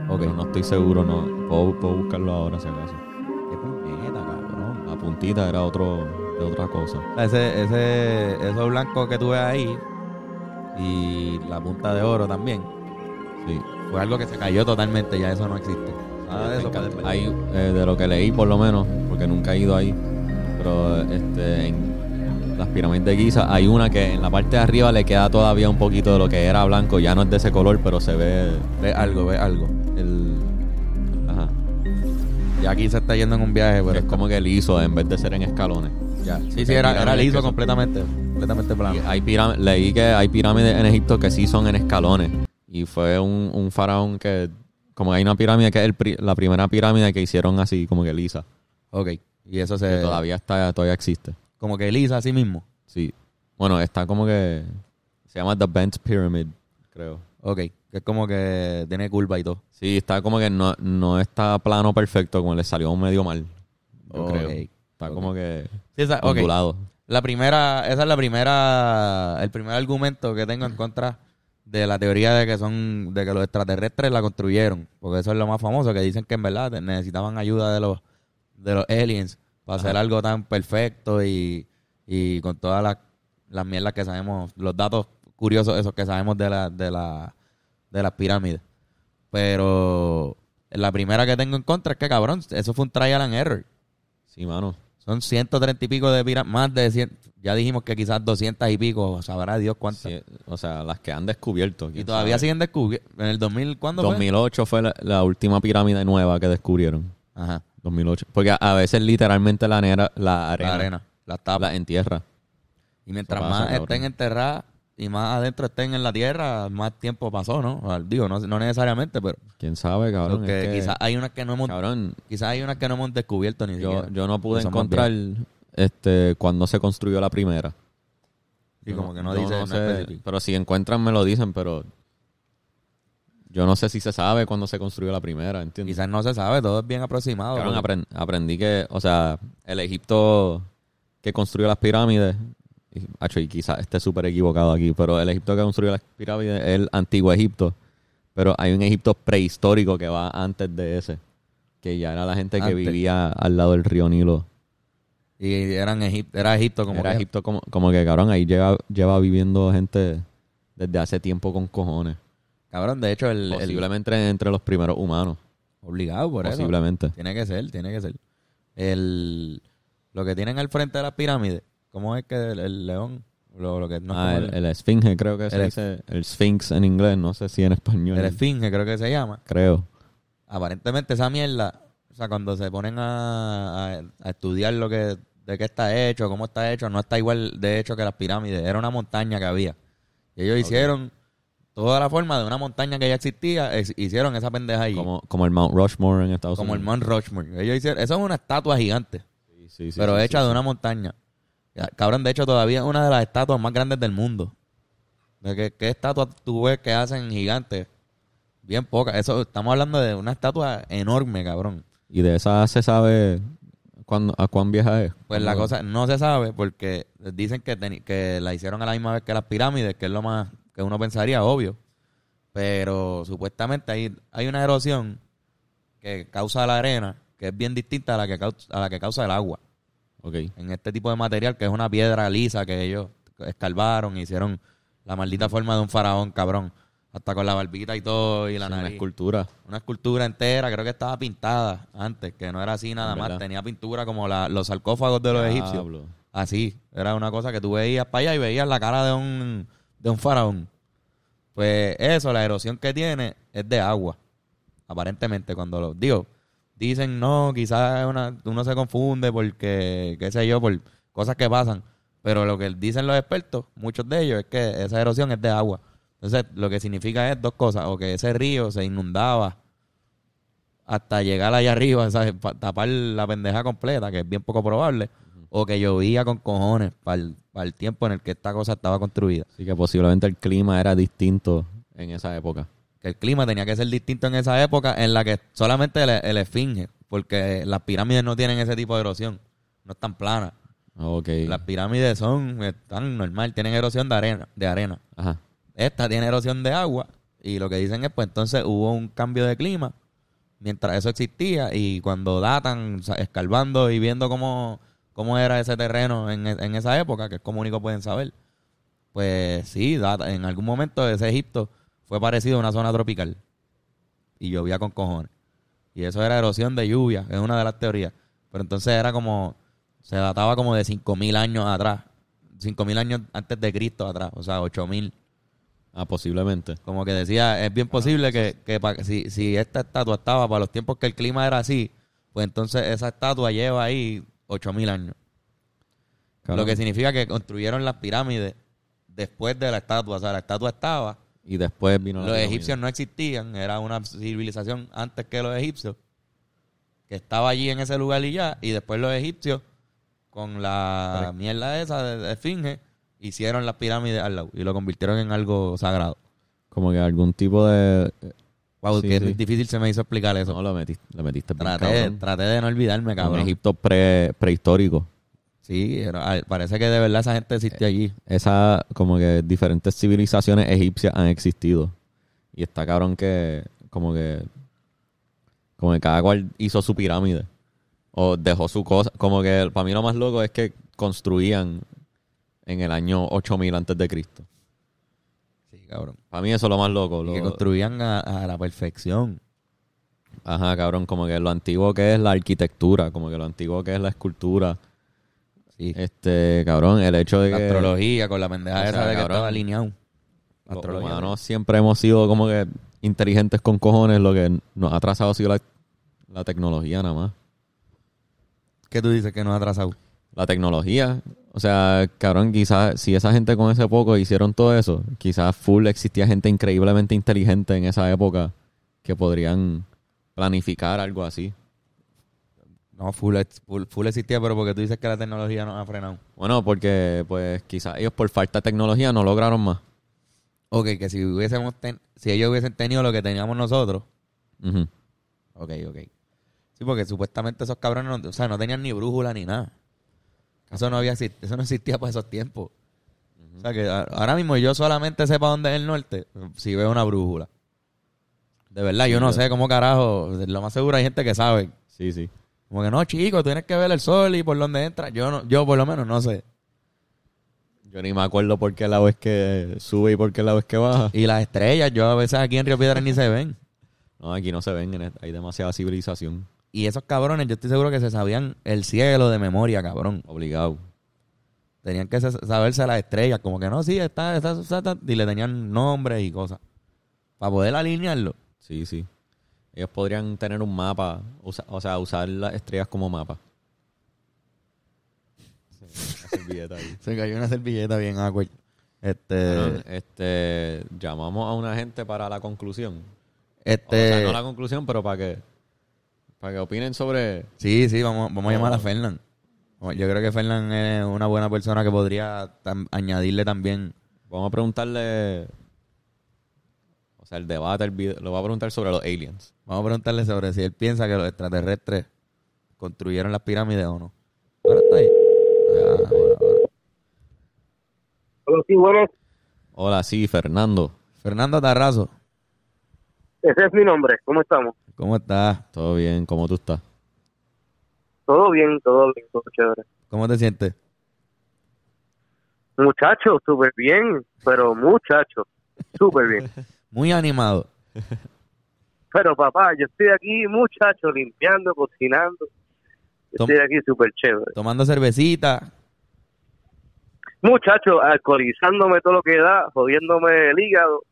[SPEAKER 2] Ok.
[SPEAKER 1] Pero no estoy seguro, no. Puedo, puedo buscarlo ahora si acaso.
[SPEAKER 2] Qué puñeta, cabrón.
[SPEAKER 1] La puntita era otro, de otra cosa.
[SPEAKER 2] Ese, ese, eso blanco que tú ves ahí y la punta de oro también
[SPEAKER 1] Sí.
[SPEAKER 2] fue algo que se cayó totalmente, ya eso no existe. Nada de Ah, eso. para desvelar.
[SPEAKER 1] Ahí, eh, de lo que leí, por lo menos, porque nunca he ido ahí, pero este, en las pirámides de Giza hay una que en la parte de arriba le queda todavía un poquito de lo que era blanco, ya no es de ese color, pero se ve
[SPEAKER 2] Ve algo, ve algo.
[SPEAKER 1] el... Ajá.
[SPEAKER 2] Ya aquí se está yendo en un viaje, pero
[SPEAKER 1] es como que liso en vez de ser en escalones.
[SPEAKER 2] Ya. Sí, sí, era, era liso completamente. Completamente
[SPEAKER 1] Y
[SPEAKER 2] plano.
[SPEAKER 1] hay piram- leí que hay pirámides en Egipto que sí son en escalones. Y fue un, un faraón que, como que hay una pirámide que es el pri- la primera pirámide que hicieron así, como que lisa.
[SPEAKER 2] Ok. Y eso
[SPEAKER 1] Que
[SPEAKER 2] se.
[SPEAKER 1] todavía está, todavía existe.
[SPEAKER 2] Como que lisa así mismo.
[SPEAKER 1] Sí. Bueno, está como que. Se llama The Bent Pyramid, creo.
[SPEAKER 2] Ok. Que es como que tiene curva y todo.
[SPEAKER 1] Sí, está como que no, no está plano perfecto, como le salió medio mal. Yo
[SPEAKER 2] Ok.
[SPEAKER 1] creo. Está como que
[SPEAKER 2] Sí, esa, ok.
[SPEAKER 1] ondulado.
[SPEAKER 2] La primera, esa es la primera, el primer argumento que tengo en contra de la teoría de que son, de que los extraterrestres la construyeron, porque eso es lo más famoso, que dicen que en verdad te- necesitaban ayuda de los, de los aliens para hacer algo tan perfecto y, y con todas las, las mierdas que sabemos, los datos curiosos esos que sabemos de la, de la, de las pirámides. Pero la primera que tengo en contra es que cabrón, eso fue un trial and error.
[SPEAKER 1] Sí, mano.
[SPEAKER 2] Son 130 y pico de pirámides, más de 100, ya dijimos que quizás 200 y pico, sabrá Dios cuántas.
[SPEAKER 1] Sí, o sea, las que han descubierto.
[SPEAKER 2] y
[SPEAKER 1] quién
[SPEAKER 2] todavía
[SPEAKER 1] sabe.
[SPEAKER 2] siguen descubriendo. ¿En el 2000 cuándo
[SPEAKER 1] 2008 fue la, la última pirámide nueva que descubrieron.
[SPEAKER 2] fue? Ajá.
[SPEAKER 1] 2008. Porque a, a veces literalmente la, nera- la
[SPEAKER 2] La
[SPEAKER 1] arena,
[SPEAKER 2] arena,
[SPEAKER 1] la,
[SPEAKER 2] las tapas.
[SPEAKER 1] en tierra.
[SPEAKER 2] y mientras
[SPEAKER 1] Eso
[SPEAKER 2] más
[SPEAKER 1] pasa, cabrón.
[SPEAKER 2] estén enterradas y más adentro estén en la tierra, más tiempo pasó, ¿no? O sea, Digo, no, no necesariamente, pero
[SPEAKER 1] ¿Quién sabe, cabrón?
[SPEAKER 2] porque
[SPEAKER 1] Es que-
[SPEAKER 2] quizás hay unas que no hemos,
[SPEAKER 1] cabrón,
[SPEAKER 2] quizás hay unas que no hemos descubierto ni
[SPEAKER 1] yo,
[SPEAKER 2] siquiera.
[SPEAKER 1] yo no
[SPEAKER 2] Que
[SPEAKER 1] pude
[SPEAKER 2] son más
[SPEAKER 1] encontrar
[SPEAKER 2] viejas.
[SPEAKER 1] este cuando se construyó la primera.
[SPEAKER 2] Y como que no
[SPEAKER 1] Yo
[SPEAKER 2] dice
[SPEAKER 1] no
[SPEAKER 2] no
[SPEAKER 1] sé,
[SPEAKER 2] específico.
[SPEAKER 1] pero si encuentran me lo dicen, pero yo no sé si se sabe cuándo se construyó la primera, ¿entiendes?
[SPEAKER 2] Quizás no se sabe, todo es bien aproximado.
[SPEAKER 1] Cabrón,
[SPEAKER 2] porque-
[SPEAKER 1] apren- aprendí que, o sea, el Egipto que construyó las pirámides, y, acho, y quizás esté súper equivocado aquí, pero el Egipto que construyó las pirámides es el antiguo Egipto, pero hay un Egipto prehistórico que va antes de ese, que ya era la gente que
[SPEAKER 2] Antes.
[SPEAKER 1] vivía al lado del río Nilo.
[SPEAKER 2] y eran Egip- era Egipto como
[SPEAKER 1] Era
[SPEAKER 2] que-
[SPEAKER 1] Egipto como, como que, cabrón, ahí lleva, lleva viviendo gente desde hace tiempo con cojones.
[SPEAKER 2] Cabrón, de hecho, el, el,
[SPEAKER 1] Posiblemente entre, entre los primeros humanos.
[SPEAKER 2] Obligado Oh, por eso.
[SPEAKER 1] Posiblemente.
[SPEAKER 2] Tiene que ser, tiene que ser. El, lo que tienen al frente de las pirámides, ¿cómo es que el, el león? Lo, lo que no es
[SPEAKER 1] Ah,
[SPEAKER 2] como
[SPEAKER 1] el, el esfinge creo que se
[SPEAKER 2] el-
[SPEAKER 1] dice. El sphinx en inglés, no sé si en español.
[SPEAKER 2] el esfinge, creo que se llama.
[SPEAKER 1] creo.
[SPEAKER 2] Aparentemente esa mierda, o sea, cuando se ponen a, a- a estudiar lo que de qué está hecho, cómo está hecho, no está igual de hecho que las pirámides. Era una montaña que había. Y ellos hicieron toda la forma de una montaña que ya existía, ex- hicieron esa pendeja ahí.
[SPEAKER 1] Como,
[SPEAKER 2] Como,
[SPEAKER 1] como el Mount Rushmore en Estados
[SPEAKER 2] el
[SPEAKER 1] Unidos.
[SPEAKER 2] Mount Rushmore. Ellos hicieron, eso es una estatua gigante.
[SPEAKER 1] el Mount. Sí, sí,
[SPEAKER 2] pero
[SPEAKER 1] sí,
[SPEAKER 2] hecha
[SPEAKER 1] sí.
[SPEAKER 2] de una montaña. Ya, Cabrón, de hecho, todavía es una de las estatuas más grandes del mundo. ¿De qué, qué estatua tú ves que hacen gigantes? Bien pocas. Eso, estamos hablando de una estatua enorme, cabrón.
[SPEAKER 1] Y de esa se sabe cuándo, a cuán vieja es.
[SPEAKER 2] Pues la
[SPEAKER 1] Cuándo-
[SPEAKER 2] cosa no se sabe porque dicen que, teni- que la hicieron a la misma vez que las pirámides, que es lo más que uno pensaría, obvio. Pero supuestamente hay, hay una erosión que causa la arena, que es bien distinta a la que causa, a la que causa el agua.
[SPEAKER 1] Ok.
[SPEAKER 2] en este tipo de material que es una piedra lisa que ellos escalvaron e hicieron la maldita forma de un faraón, cabrón. Hasta con la barbita y todo y la
[SPEAKER 1] Sí, una
[SPEAKER 2] nariz.
[SPEAKER 1] escultura.
[SPEAKER 2] Una escultura entera, creo que estaba pintada antes, que no era así nada
[SPEAKER 1] En
[SPEAKER 2] más.
[SPEAKER 1] verdad.
[SPEAKER 2] Tenía pintura como la- los sarcófagos de los egipcios.
[SPEAKER 1] Diablo.
[SPEAKER 2] Así, era una cosa que tú veías para allá y veías la cara de un, de un faraón. Pues eso, la erosión que tiene es de agua, aparentemente, cuando lo digo. Dicen, no, quizás es una- uno se confunde porque, qué sé yo, por cosas que pasan. Pero lo que dicen los expertos, muchos de ellos, es que esa erosión es de agua. Entonces, lo que significa es dos cosas, o que ese río se inundaba hasta llegar allá arriba, ¿sabes? Pa- tapar la pendeja completa, que es bien poco probable, o que llovía con cojones para el, tiempo en el que esta cosa estaba construida.
[SPEAKER 1] Así que posiblemente el clima era distinto en esa época.
[SPEAKER 2] Que el clima tenía que ser distinto en esa época en la que solamente el, el esfinge, porque las pirámides no tienen ese tipo de erosión, no están planas.
[SPEAKER 1] Ok.
[SPEAKER 2] Las pirámides son están normal, tienen erosión de arena, de arena.
[SPEAKER 1] Ajá.
[SPEAKER 2] Esta tiene erosión de agua y lo que dicen es pues entonces hubo un cambio de clima mientras eso existía y cuando datan, o sea, escarbando y viendo cómo, cómo era ese terreno en, e- en esa época, que es como único pueden saber, pues sí, data- en algún momento ese Egipto fue parecido a una zona tropical y llovía con cojones. Y eso era erosión de lluvia, es una de las teorías. Pero entonces era como, se databa como de 5.000 años atrás, 5.000 años antes de Cristo atrás, o sea, 8.000.
[SPEAKER 1] Ah, posiblemente.
[SPEAKER 2] Como que decía, es bien posible que, que pa- si, si esta estatua estaba para los tiempos que el clima era así, pues entonces esa estatua lleva ahí 8.000 años. Lo que significa que construyeron las pirámides después de la estatua. O sea, la estatua estaba,
[SPEAKER 1] Y después vino la
[SPEAKER 2] los
[SPEAKER 1] pirámide.
[SPEAKER 2] egipcios no existían, era una civilización antes que los egipcios, que estaba allí en ese lugar y ya, y después los egipcios, con la mierda esa de, de esfinge, hicieron las pirámides al lado y lo convirtieron en algo sagrado.
[SPEAKER 1] Como que algún tipo de...
[SPEAKER 2] Wow,
[SPEAKER 1] Sí,
[SPEAKER 2] que
[SPEAKER 1] sí.
[SPEAKER 2] difícil se me hizo explicar eso.
[SPEAKER 1] No, lo metiste, le metiste bien,
[SPEAKER 2] traté,
[SPEAKER 1] cabrón.
[SPEAKER 2] traté de no olvidarme,
[SPEAKER 1] Un
[SPEAKER 2] cabrón.
[SPEAKER 1] Egipto pre- prehistórico.
[SPEAKER 2] Sí, era- ah, parece que de verdad esa gente existe allí.
[SPEAKER 1] Esa, como que diferentes civilizaciones egipcias han existido. Y está cabrón que, como que, como que cada cual hizo su pirámide. O dejó su cosa. Como que para mí lo más loco es que construían en el año 8000 antes de Cristo.
[SPEAKER 2] Sí, cabrón.
[SPEAKER 1] Para mí eso es lo más loco.
[SPEAKER 2] Y
[SPEAKER 1] lo-
[SPEAKER 2] que construían a, a la perfección.
[SPEAKER 1] Ajá, cabrón, como que lo antiguo que es la arquitectura, como que lo antiguo que es la escultura.
[SPEAKER 2] Sí.
[SPEAKER 1] Este, cabrón, el hecho de
[SPEAKER 2] la
[SPEAKER 1] que...
[SPEAKER 2] astrología con la pendeja
[SPEAKER 1] O sea,
[SPEAKER 2] esa de que
[SPEAKER 1] cabrón.
[SPEAKER 2] estaba alineado. La
[SPEAKER 1] Los
[SPEAKER 2] astrología.
[SPEAKER 1] humanos siempre hemos sido como que inteligentes con cojones. Lo que nos ha atrasado ha sido la, la tecnología nada más.
[SPEAKER 2] ¿Qué tú dices que nos ha atrasado?
[SPEAKER 1] La tecnología. O sea, cabrón, quizás si esa gente con ese poco hicieron todo eso, quizás full existía gente increíblemente inteligente en esa época que podrían planificar algo así.
[SPEAKER 2] No, full, ex- full, full existía, pero porque tú dices que la tecnología nos ha frenado.
[SPEAKER 1] Bueno, porque pues quizás ellos por falta de tecnología no lograron más.
[SPEAKER 2] Ok, que si hubiésemos ten- si ellos hubiesen tenido lo que teníamos nosotros.
[SPEAKER 1] Ujú.
[SPEAKER 2] Ok, ok. Sí, porque supuestamente esos cabrones no, o sea, no tenían ni brújula ni nada. Eso no había exist- eso no existía para esos tiempos. O sea que a- ahora mismo yo solamente sé para dónde es el norte si veo una brújula. De verdad, yo no sé cómo carajo. Lo más seguro hay gente que sabe.
[SPEAKER 1] Sí, sí.
[SPEAKER 2] Como que no, chico, tienes que ver el sol y por dónde entra. Yo no, yo por lo menos no sé.
[SPEAKER 1] Yo ni me acuerdo por qué lado es que sube y por qué lado es que baja.
[SPEAKER 2] Y las estrellas, yo a veces aquí en Río Piedras ni se ven.
[SPEAKER 1] No, aquí no se ven, en este- hay demasiada civilización.
[SPEAKER 2] Y esos cabrones, yo estoy seguro que se sabían el cielo de memoria, cabrón.
[SPEAKER 1] Obligado.
[SPEAKER 2] Tenían que sa- saberse las estrellas, como que no, sí, está, está, está, está, y le tenían nombres y cosas. Para poder alinearlo.
[SPEAKER 1] Sí, sí. Ellos podrían tener un mapa, usa- o sea, usar las estrellas como mapa. Se- la servilleta ahí.
[SPEAKER 2] Se cayó una servilleta bien agua.
[SPEAKER 1] Cabrón, eh,
[SPEAKER 2] Este,
[SPEAKER 1] este, llamamos a una gente para la conclusión. O sea,
[SPEAKER 2] este,
[SPEAKER 1] no la conclusión, pero para que, para que opinen sobre...
[SPEAKER 2] sí, sí, vamos, vamos a llamar a Fernán. Yo creo que Fernán es una buena persona que podría tam- añadirle también
[SPEAKER 1] Vamos a preguntarle... O sea, el debate, el video, lo voy a preguntar sobre los aliens.
[SPEAKER 2] Vamos a preguntarle sobre si él piensa que los extraterrestres construyeron las pirámides o no. Ahora está ahí. Ah, ahora, ahora.
[SPEAKER 3] Hola, sí, buenas.
[SPEAKER 1] Hola, sí, Fernando.
[SPEAKER 2] Fernando Tarrazo,
[SPEAKER 3] Ese es mi nombre. ¿Cómo estamos?
[SPEAKER 2] ¿cómo estás?
[SPEAKER 1] ¿Todo bien? ¿Cómo tú estás?
[SPEAKER 3] Todo bien, todo bien, todo chévere.
[SPEAKER 2] ¿Cómo te sientes?
[SPEAKER 3] Muchacho, súper bien, pero muchacho, súper bien.
[SPEAKER 2] Muy animado.
[SPEAKER 3] Pero papá, yo estoy aquí, muchacho, limpiando, cocinando. Yo
[SPEAKER 2] Tom-
[SPEAKER 3] estoy aquí súper chévere.
[SPEAKER 2] Tomando cervecita.
[SPEAKER 3] Muchacho, alcoholizándome todo lo que da, jodiéndome el hígado,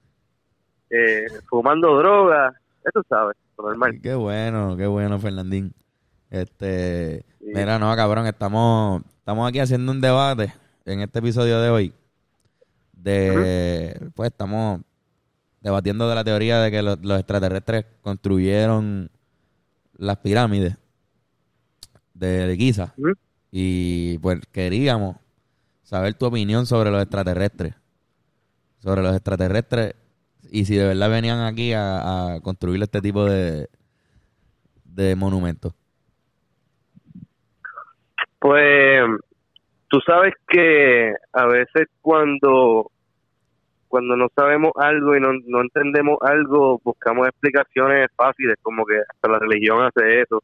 [SPEAKER 3] eh, fumando droga, eso sabes, lo normal.
[SPEAKER 2] Qué bueno, qué bueno, Fernandín. Este,
[SPEAKER 3] Sí.
[SPEAKER 2] mira, no, cabrón, estamos, estamos aquí haciendo un debate en este episodio de hoy. De, pues estamos debatiendo de la teoría de que los, los extraterrestres construyeron las pirámides de Giza.
[SPEAKER 3] Ujú.
[SPEAKER 2] Y pues queríamos saber tu opinión sobre los extraterrestres. Sobre los extraterrestres y si de verdad venían aquí a, a construir este tipo de, de monumentos.
[SPEAKER 3] Pues tú sabes que a veces cuando cuando no sabemos algo y no, no entendemos algo, buscamos explicaciones fáciles, como que hasta la religión hace eso.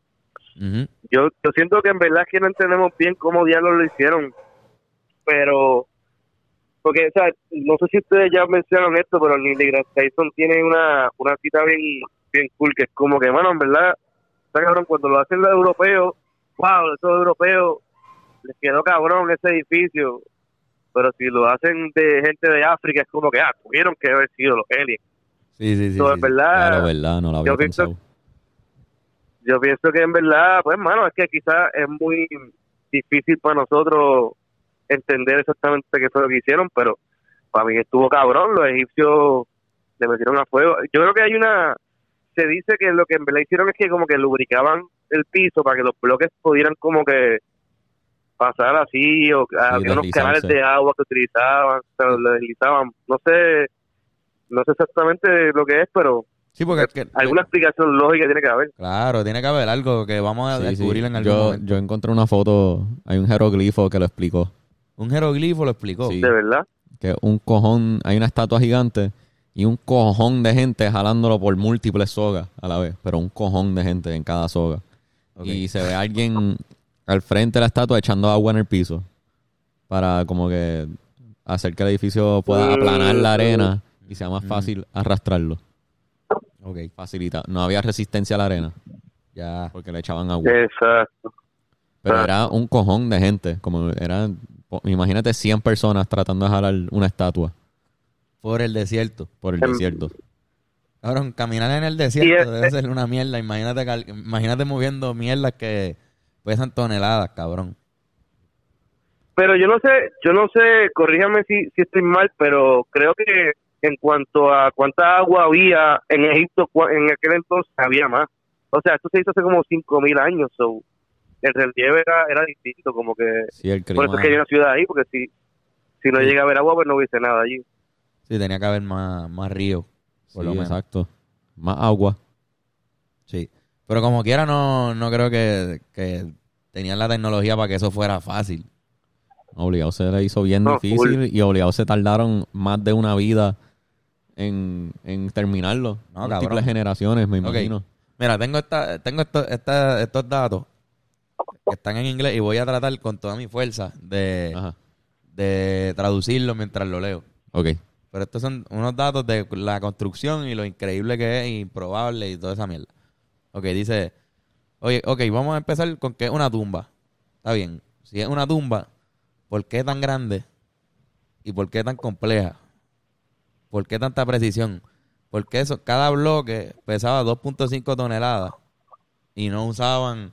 [SPEAKER 2] Ujú.
[SPEAKER 3] Yo, yo siento que en verdad es que no entendemos bien cómo diablos lo hicieron, pero porque, o sea, no sé si ustedes ya mencionaron esto, pero Neil deGrasse Tyson tiene una, una cita bien, bien cool, que es como que, bueno, en verdad, Está cabrón, cuando lo hacen los europeos, wow, esos europeos les quedó cabrón ese edificio. Pero si lo hacen de gente de África, es como que, ah, tuvieron que haber sido los aliens.
[SPEAKER 2] Sí, sí, sí.
[SPEAKER 3] So,
[SPEAKER 2] sí.
[SPEAKER 3] en verdad,
[SPEAKER 1] Claro, verdad, no la había
[SPEAKER 3] yo pienso-
[SPEAKER 1] pensado.
[SPEAKER 3] yo pienso que en verdad, pues, hermano, es que quizás es muy difícil para nosotros entender exactamente qué fue lo que hicieron, pero para mí estuvo cabrón. Los egipcios le metieron a fuego. Yo creo que hay una. Se dice que lo que en verdad hicieron es que, como que lubricaban el piso para que los bloques pudieran, como que pasar así, o había unos
[SPEAKER 1] deslizarse.
[SPEAKER 3] canales de agua que utilizaban, o sea, lo deslizaban. No sé, no sé exactamente lo que es, pero
[SPEAKER 2] Sí, porque es que-
[SPEAKER 3] alguna explicación lógica tiene que haber.
[SPEAKER 2] Claro, tiene que haber algo que vamos a
[SPEAKER 1] Sí, sí.
[SPEAKER 2] descubrir en algún
[SPEAKER 1] Yo,
[SPEAKER 2] momento.
[SPEAKER 1] yo encontré una foto, hay un jeroglifo que lo explicó.
[SPEAKER 2] Un jeroglifo lo explicó.
[SPEAKER 1] Sí.
[SPEAKER 3] De verdad.
[SPEAKER 1] que un cojón, hay una estatua gigante y un cojón de gente jalándolo por múltiples sogas a la vez, pero un cojón de gente en cada soga.
[SPEAKER 2] Ok.
[SPEAKER 1] Y se ve a alguien al frente de la estatua echando agua en el piso para como que hacer que el edificio pueda aplanar la arena y sea más fácil arrastrarlo.
[SPEAKER 2] Ok,
[SPEAKER 1] Facilita. No había resistencia a la arena
[SPEAKER 2] ya.
[SPEAKER 1] porque le echaban agua.
[SPEAKER 3] Exacto.
[SPEAKER 1] Pero era un cojón de gente, como eran, po- imagínate 100 personas tratando de jalar una estatua
[SPEAKER 2] Por el desierto.
[SPEAKER 1] por el
[SPEAKER 3] Em,
[SPEAKER 1] desierto.
[SPEAKER 2] Cabrón, caminar en el
[SPEAKER 3] Y
[SPEAKER 2] desierto
[SPEAKER 3] este-
[SPEAKER 2] debe ser una mierda. Imagínate, cal- imagínate moviendo mierdas que pesan toneladas, cabrón.
[SPEAKER 3] Pero yo no sé, yo no sé, corríjame si, si estoy mal, pero creo que en cuanto a cuánta agua había en Egipto, cua- en aquel entonces había más. O sea, esto se hizo hace como 5.000 años, so, el relieve era, era distinto, como que...
[SPEAKER 1] Sí, el
[SPEAKER 3] Por eso
[SPEAKER 1] clima-
[SPEAKER 3] es que hay una ciudad ahí, porque si, si no llega a haber agua, pues no hubiese nada allí.
[SPEAKER 2] Sí, tenía que haber más, más río, por
[SPEAKER 1] Sí,
[SPEAKER 2] lo menos.
[SPEAKER 1] exacto. Más agua.
[SPEAKER 2] Sí. Pero como quiera, no, no creo que, que tenían la tecnología para que eso fuera fácil.
[SPEAKER 1] Obligado se le hizo bien
[SPEAKER 3] No,
[SPEAKER 1] difícil y obligado se tardaron más de una vida en, en terminarlo.
[SPEAKER 2] No,
[SPEAKER 1] Múltiples
[SPEAKER 2] cabrón.
[SPEAKER 1] generaciones, me
[SPEAKER 2] Ok.
[SPEAKER 1] imagino.
[SPEAKER 2] Mira, tengo esta, tengo esto- esta- estos datos que están en inglés y voy a tratar con toda mi fuerza de,
[SPEAKER 1] Ajá.
[SPEAKER 2] de traducirlo mientras lo leo.
[SPEAKER 1] Ok.
[SPEAKER 2] Pero estos son unos datos de la construcción y lo increíble que es, improbable y toda esa mierda. Ok, dice, oye, ok, vamos a empezar con que es una tumba. Está bien. Si es una tumba, ¿por qué tan grande? ¿Y por qué tan compleja? ¿Por qué tanta precisión? Porque eso, cada bloque pesaba 2.5 toneladas y no usaban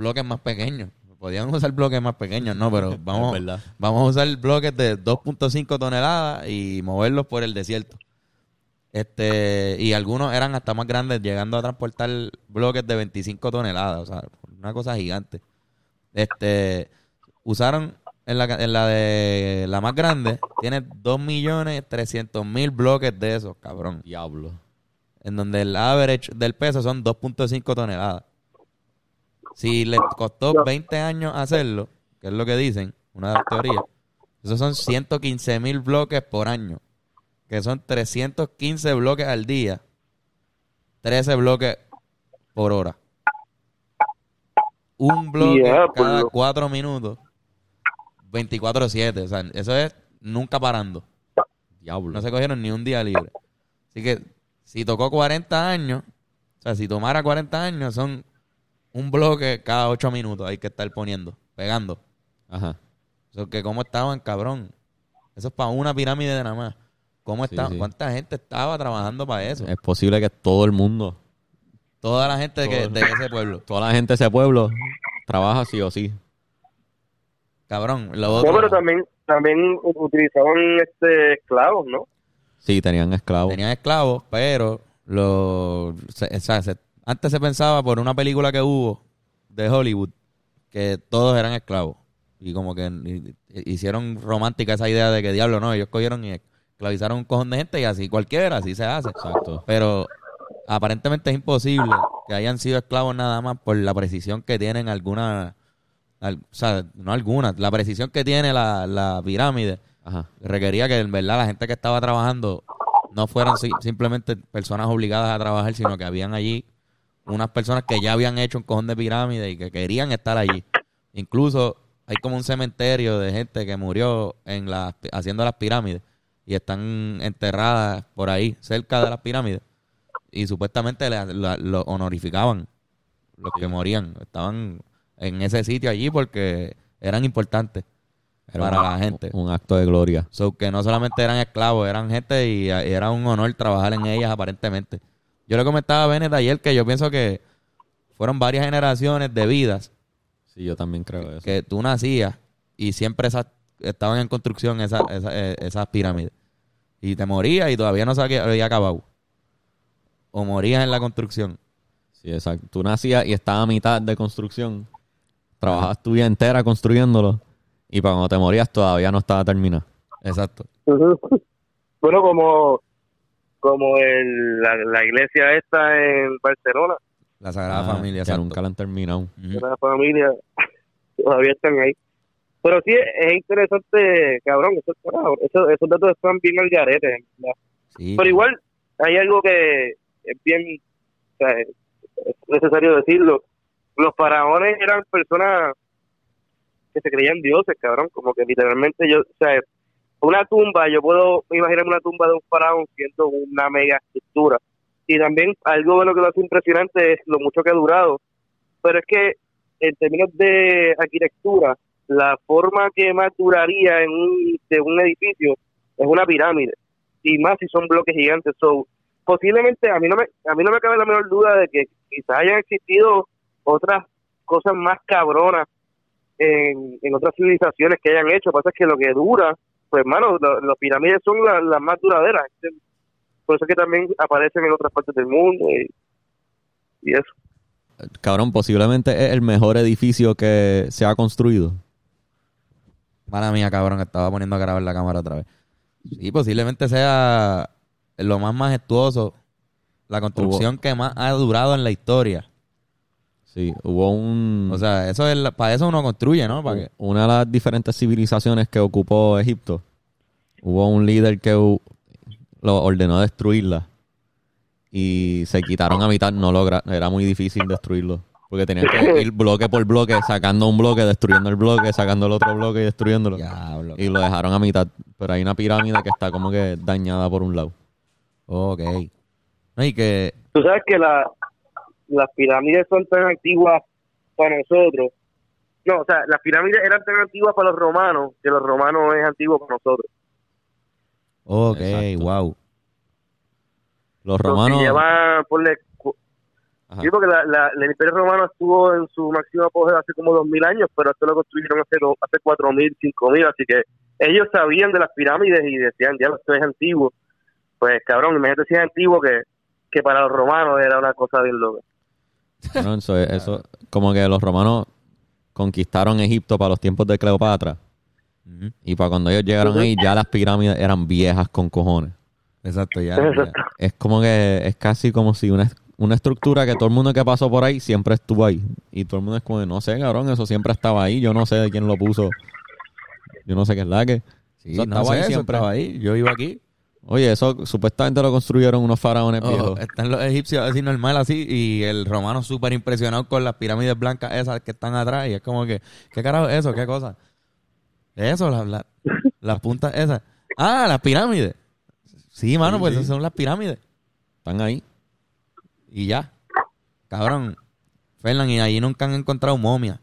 [SPEAKER 2] bloques más pequeños. Podían usar bloques más pequeños, no, pero vamos,
[SPEAKER 1] Es verdad.
[SPEAKER 2] vamos a usar bloques de 2.5 toneladas y moverlos por el desierto. Este, y algunos eran hasta más grandes, llegando a transportar bloques de 25 toneladas, o sea, una cosa gigante. Este, usaron en la, en la de la más grande, tiene 2.300.000 bloques de esos, cabrón.
[SPEAKER 1] Diablo.
[SPEAKER 2] En donde el average del peso son 2.5 toneladas. Si les costó 20 años hacerlo, que es lo que dicen, una de las teorías, esos son 115.000 bloques por año, que son 315 bloques al día, 13 bloques por hora. Un bloque
[SPEAKER 3] Ya, por
[SPEAKER 2] cada
[SPEAKER 3] lo-
[SPEAKER 2] 4 minutos, 24-7, o sea, eso es nunca parando.
[SPEAKER 1] Diablo.
[SPEAKER 2] No se cogieron ni un día libre. Así que si tocó 40 años, o sea, si tomara 40 años, son un bloque cada 8 minutos. Hay que estar poniendo, pegando.
[SPEAKER 1] Ajá.
[SPEAKER 2] Eso que cómo estaban, cabrón. Eso es para una pirámide de nada más. ¿Cómo
[SPEAKER 1] Sí,
[SPEAKER 2] estaban?
[SPEAKER 1] sí. Eh,
[SPEAKER 2] ¿Cuánta gente estaba trabajando para eso?
[SPEAKER 1] Es posible que todo el mundo,
[SPEAKER 2] Toda la gente de que-
[SPEAKER 1] todo.
[SPEAKER 2] de ese pueblo.
[SPEAKER 1] toda la gente de ese pueblo, trabaja sí o sí.
[SPEAKER 2] Cabrón, lo
[SPEAKER 3] No,
[SPEAKER 2] otro-
[SPEAKER 3] pero también, también utilizaban este esclavos, ¿no?
[SPEAKER 1] Sí, tenían esclavos.
[SPEAKER 2] Tenían esclavos, pero lo, se- o sea, se- antes se pensaba por una película que hubo de Hollywood que todos eran esclavos. Y como que hi- hicieron romántica esa idea de que diablo, no, ellos cogieron y esclavizaron un cojón de gente y así cualquiera, así se hace.
[SPEAKER 1] Exacto.
[SPEAKER 2] Pero aparentemente es imposible que hayan sido esclavos nada más por la precisión que tienen alguna, al- o sea, no alguna, la precisión que tiene la, la pirámide
[SPEAKER 1] Ajá.
[SPEAKER 2] requería que en verdad la gente que estaba trabajando no fueran si- simplemente personas obligadas a trabajar, sino que habían allí unas personas que ya habían hecho un cojón de pirámide y que querían estar allí. Incluso hay como un cementerio de gente que murió en las pi- haciendo las pirámides y están enterradas por ahí, cerca de las pirámides. Y supuestamente la- la- lo honorificaban los que morían. Estaban en ese sitio allí porque eran importantes
[SPEAKER 1] Era
[SPEAKER 2] para
[SPEAKER 1] un-
[SPEAKER 2] la gente.
[SPEAKER 1] Un acto de gloria.
[SPEAKER 2] So, que no solamente eran esclavos, eran gente y, y era un honor trabajar en ellas aparentemente. Yo le comentaba a Bennett ayer que yo pienso que fueron varias generaciones de vidas
[SPEAKER 1] Sí, yo también creo eso.
[SPEAKER 2] que tú nacías y siempre esas, estaban en construcción esas, esas, eh, esas pirámides. Y te morías y todavía no se había había acabado. O morías en la construcción.
[SPEAKER 1] Sí, exacto. Tú nacías y estabas a mitad de construcción. Trabajabas tu vida entera construyéndolo. Y para cuando te morías todavía no estaba terminado.
[SPEAKER 2] Exacto.
[SPEAKER 3] Ujú. Bueno, como, como el, la, la iglesia esta en Barcelona,
[SPEAKER 2] La Sagrada
[SPEAKER 1] Ah,
[SPEAKER 2] Familia,
[SPEAKER 1] que
[SPEAKER 2] exacto.
[SPEAKER 1] nunca la han terminado.
[SPEAKER 2] Ujú.
[SPEAKER 3] la familia todavía están ahí. Pero sí, es interesante, cabrón, esos, carajos, esos, esos datos están bien al garete. en verdad.
[SPEAKER 2] Sí.
[SPEAKER 3] Pero igual hay algo que es bien o sea, es es necesario decirlo. Los faraones eran personas que se creían dioses, cabrón. Como que literalmente yo, o sea, una tumba, yo puedo imaginarme una tumba de un faraón siendo una mega estructura. Y también algo bueno que lo hace impresionante es lo mucho que ha durado. Pero es que en términos de arquitectura, la forma que más duraría en un, de un edificio es una pirámide y más si son bloques gigantes. So, posiblemente a mí no me a mí no me cabe la menor duda de que quizás hayan existido otras cosas más cabronas en, en otras civilizaciones que hayan hecho. Lo que pasa es que lo que dura, pues hermano, lo- las pirámides son la- las más duraderas. Por eso es que también aparecen en otras partes del mundo y, y eso.
[SPEAKER 1] Cabrón, posiblemente es el mejor edificio que se ha construido.
[SPEAKER 2] Mala mía, cabrón, estaba poniendo a grabar la cámara otra vez. Sí, posiblemente sea lo más majestuoso, la construcción que más ha durado en la historia.
[SPEAKER 1] Sí, hubo un...
[SPEAKER 2] O sea, eso es la- para eso uno construye, ¿no? Para que-
[SPEAKER 1] una de las diferentes civilizaciones que ocupó Egipto, hubo un líder que u- lo ordenó destruirla y se quitaron a mitad, no logra, era muy difícil destruirlo, porque tenían que ir bloque por bloque, sacando un bloque, destruyendo el bloque, sacando el otro bloque y destruyéndolo.
[SPEAKER 2] Diablo.
[SPEAKER 1] Y lo dejaron a mitad, pero hay una pirámide que está como que dañada por un lado.
[SPEAKER 2] Ok. No, y que
[SPEAKER 3] Tú sabes que la, las pirámides son tan antiguas para nosotros. No, o sea, las pirámides eran tan antiguas para los romanos que los romanos es antiguo para nosotros.
[SPEAKER 2] Ok,
[SPEAKER 1] Exacto.
[SPEAKER 2] wow.
[SPEAKER 1] Los
[SPEAKER 3] Porque
[SPEAKER 1] romanos...
[SPEAKER 3] lleva, ponle, cu-
[SPEAKER 1] Ajá.
[SPEAKER 3] sí, porque la, la- el imperio romano estuvo en su máximo apogeo hace como 2000 años, pero esto lo construyeron hace, do- hace 4000, 5000, así que ellos sabían de las pirámides y decían, ya esto es antiguo. Pues cabrón, imagínate si es antiguo que, que para los romanos era una cosa bien loca.
[SPEAKER 1] Bueno, eso, es- eso- como que los romanos conquistaron Egipto para los tiempos de Cleopatra.
[SPEAKER 2] Ujú.
[SPEAKER 1] Y para cuando ellos llegaron ahí, ya las pirámides eran viejas con cojones.
[SPEAKER 2] Exacto, ya.
[SPEAKER 3] Exacto.
[SPEAKER 2] ya.
[SPEAKER 1] Es como que es casi como si una, una estructura que todo el mundo que pasó por ahí siempre estuvo ahí. Y todo el mundo es como, de, no sé, cabrón, eso siempre estaba ahí. Yo no sé de quién lo puso. Yo no sé qué es la que.
[SPEAKER 2] Sí,
[SPEAKER 1] Eso
[SPEAKER 2] no
[SPEAKER 1] estaba
[SPEAKER 2] sé,
[SPEAKER 1] ahí
[SPEAKER 2] eso
[SPEAKER 1] siempre.
[SPEAKER 2] estaba ahí. Yo iba aquí.
[SPEAKER 1] Oye, eso supuestamente lo construyeron unos faraones
[SPEAKER 2] Oh,
[SPEAKER 1] viejos.
[SPEAKER 2] están los egipcios así normal, así. Y el romano súper impresionado con las pirámides blancas esas que están atrás. Y es como que, ¿qué carajo es eso? ¿Qué cosa? Eso, la- la- las puntas esas. Ah, las pirámides. Sí, mano, pues esas son las pirámides.
[SPEAKER 1] Están ahí.
[SPEAKER 2] Y ya. Cabrón. Fernan, y ahí nunca han encontrado momia.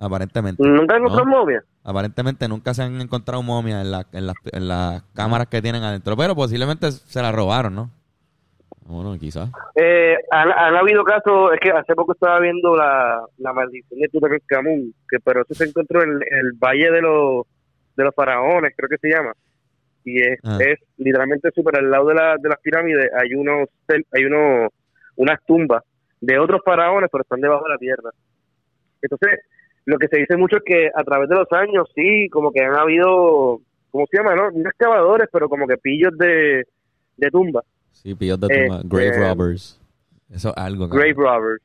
[SPEAKER 2] Aparentemente.
[SPEAKER 3] Nunca encontró momias.
[SPEAKER 2] Aparentemente nunca se han encontrado momias en, la- en las- en las cámaras que tienen adentro, pero posiblemente se la robaron, ¿no?
[SPEAKER 1] Bueno, quizás.
[SPEAKER 3] Eh, han, han habido casos, es que hace poco estaba viendo la, la maldición de Tutankamón, que pero eso se encontró en el Valle de los, de los Faraones, creo que se llama. Y es,
[SPEAKER 2] Ah.
[SPEAKER 3] es literalmente super al lado de, la, de las pirámides, hay unos tel- hay unos unas tumbas de otros faraones, pero están debajo de la tierra. Entonces, lo que se dice mucho es que a través de los años, sí, como que han habido, ¿cómo se llama? No, no excavadores, pero como que pillos de, de tumbas.
[SPEAKER 1] Sí, pillos de
[SPEAKER 3] Eh,
[SPEAKER 1] tumba. Grave
[SPEAKER 3] eh,
[SPEAKER 1] robbers.
[SPEAKER 2] Eso es algo. cabrón.
[SPEAKER 3] Grave Robbers,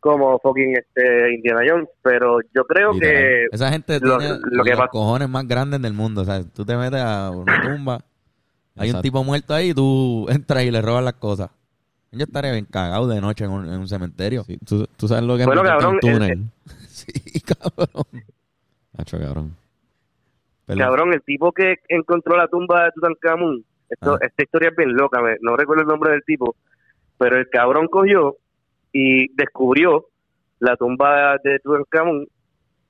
[SPEAKER 3] como fucking este, Indiana Jones, pero yo creo que
[SPEAKER 2] Literal. Esa gente
[SPEAKER 3] lo-
[SPEAKER 2] tiene
[SPEAKER 3] lo que
[SPEAKER 2] los
[SPEAKER 3] pasa-
[SPEAKER 2] cojones más grandes del mundo. O sea, tú te metes a una tumba, hay un
[SPEAKER 1] Exacto.
[SPEAKER 2] tipo muerto ahí y tú entras y le robas las cosas. Yo estaría bien cagado de noche en un, en un cementerio.
[SPEAKER 1] Sí, ¿tú, tú sabes lo que es
[SPEAKER 3] Bueno,
[SPEAKER 1] meterte a un
[SPEAKER 3] cabrón,
[SPEAKER 1] túnel.
[SPEAKER 2] Sí, cabrón.
[SPEAKER 1] Nacho, cabrón.
[SPEAKER 3] cabrón, el tipo que encontró la tumba de Tutankamón, esto,
[SPEAKER 2] Ah.
[SPEAKER 3] esta historia es bien loca, me- no recuerdo el nombre del tipo, pero el cabrón cogió y descubrió la tumba de Tutankamón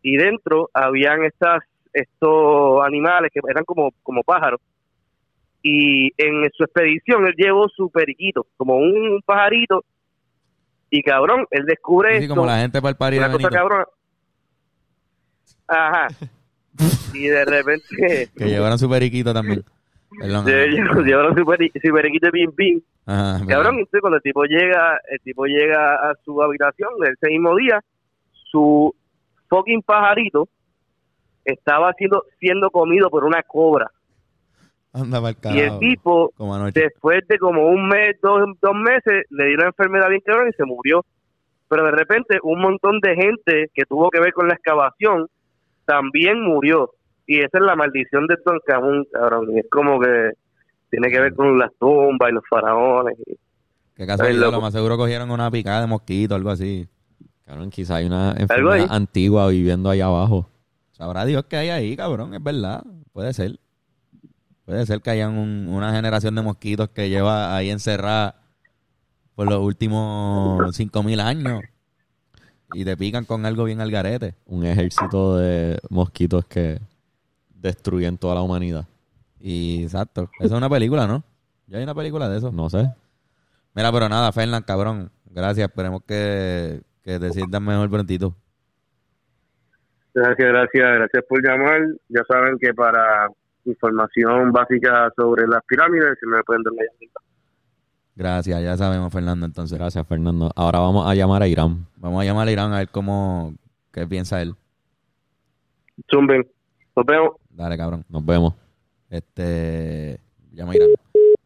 [SPEAKER 3] y dentro habían estas estos animales que eran como, como pájaros y en su expedición él llevó su periquito, como un, un pajarito y cabrón, él descubre
[SPEAKER 2] Así
[SPEAKER 3] esto,
[SPEAKER 2] como la gente para el party de
[SPEAKER 3] una cosa
[SPEAKER 2] Benito,
[SPEAKER 3] cabrona. Ajá. y de repente
[SPEAKER 2] que llevaron su periquito también. Perdón.
[SPEAKER 3] lle- lle- llevaron su, peri- su periquito de Bim Bim
[SPEAKER 2] Ajá, perdón.
[SPEAKER 3] Cabrón, entonces cuando el tipo llega, el tipo llega a su habitación ese mismo día, su fucking pajarito estaba siendo, siendo comido por una cobra.
[SPEAKER 2] Anda para el
[SPEAKER 3] y el
[SPEAKER 2] carajo.
[SPEAKER 3] tipo,
[SPEAKER 2] Como anoche.
[SPEAKER 3] después de como un mes, dos, dos meses, le dio la enfermedad bien cabrón y se murió. Pero de repente un montón de gente que tuvo que ver con la excavación también murió. Y esa es la maldición de Tutankamón, cabrón. Y es como que tiene que ver con las tumbas y los faraones. y-
[SPEAKER 2] Que casualidad,
[SPEAKER 3] loco.
[SPEAKER 2] lo más seguro cogieron una picada de mosquito o algo así.
[SPEAKER 1] Cabrón, quizá hay una
[SPEAKER 3] ahí.
[SPEAKER 1] enfermedad antigua viviendo allá abajo.
[SPEAKER 2] Sabrá Dios que hay ahí, cabrón, es verdad. Puede ser. Puede ser que hayan un- una generación de mosquitos que lleva ahí encerrada por los últimos 5000 años y te pican con algo bien al garete.
[SPEAKER 1] Un ejército de mosquitos que destruyen toda la humanidad.
[SPEAKER 2] Y exacto. Esa es una película, ¿no? Ya hay una película de eso.
[SPEAKER 1] No sé.
[SPEAKER 2] Mira, pero nada, Fernan, cabrón. Gracias. Esperemos que, que te sientas mejor prontito.
[SPEAKER 3] Gracias, gracias, gracias por llamar. Ya saben que para información básica sobre las pirámides, se me pueden dar una llamadita.
[SPEAKER 2] Gracias, ya sabemos, Fernando. Entonces,
[SPEAKER 1] Gracias, Fernando. Ahora vamos a llamar a Irán.
[SPEAKER 2] vamos a llamar a Irán a ver cómo, qué piensa él.
[SPEAKER 3] Zumben. Nos vemos.
[SPEAKER 2] Dale, cabrón.
[SPEAKER 1] Nos vemos.
[SPEAKER 2] Este, ya me irán.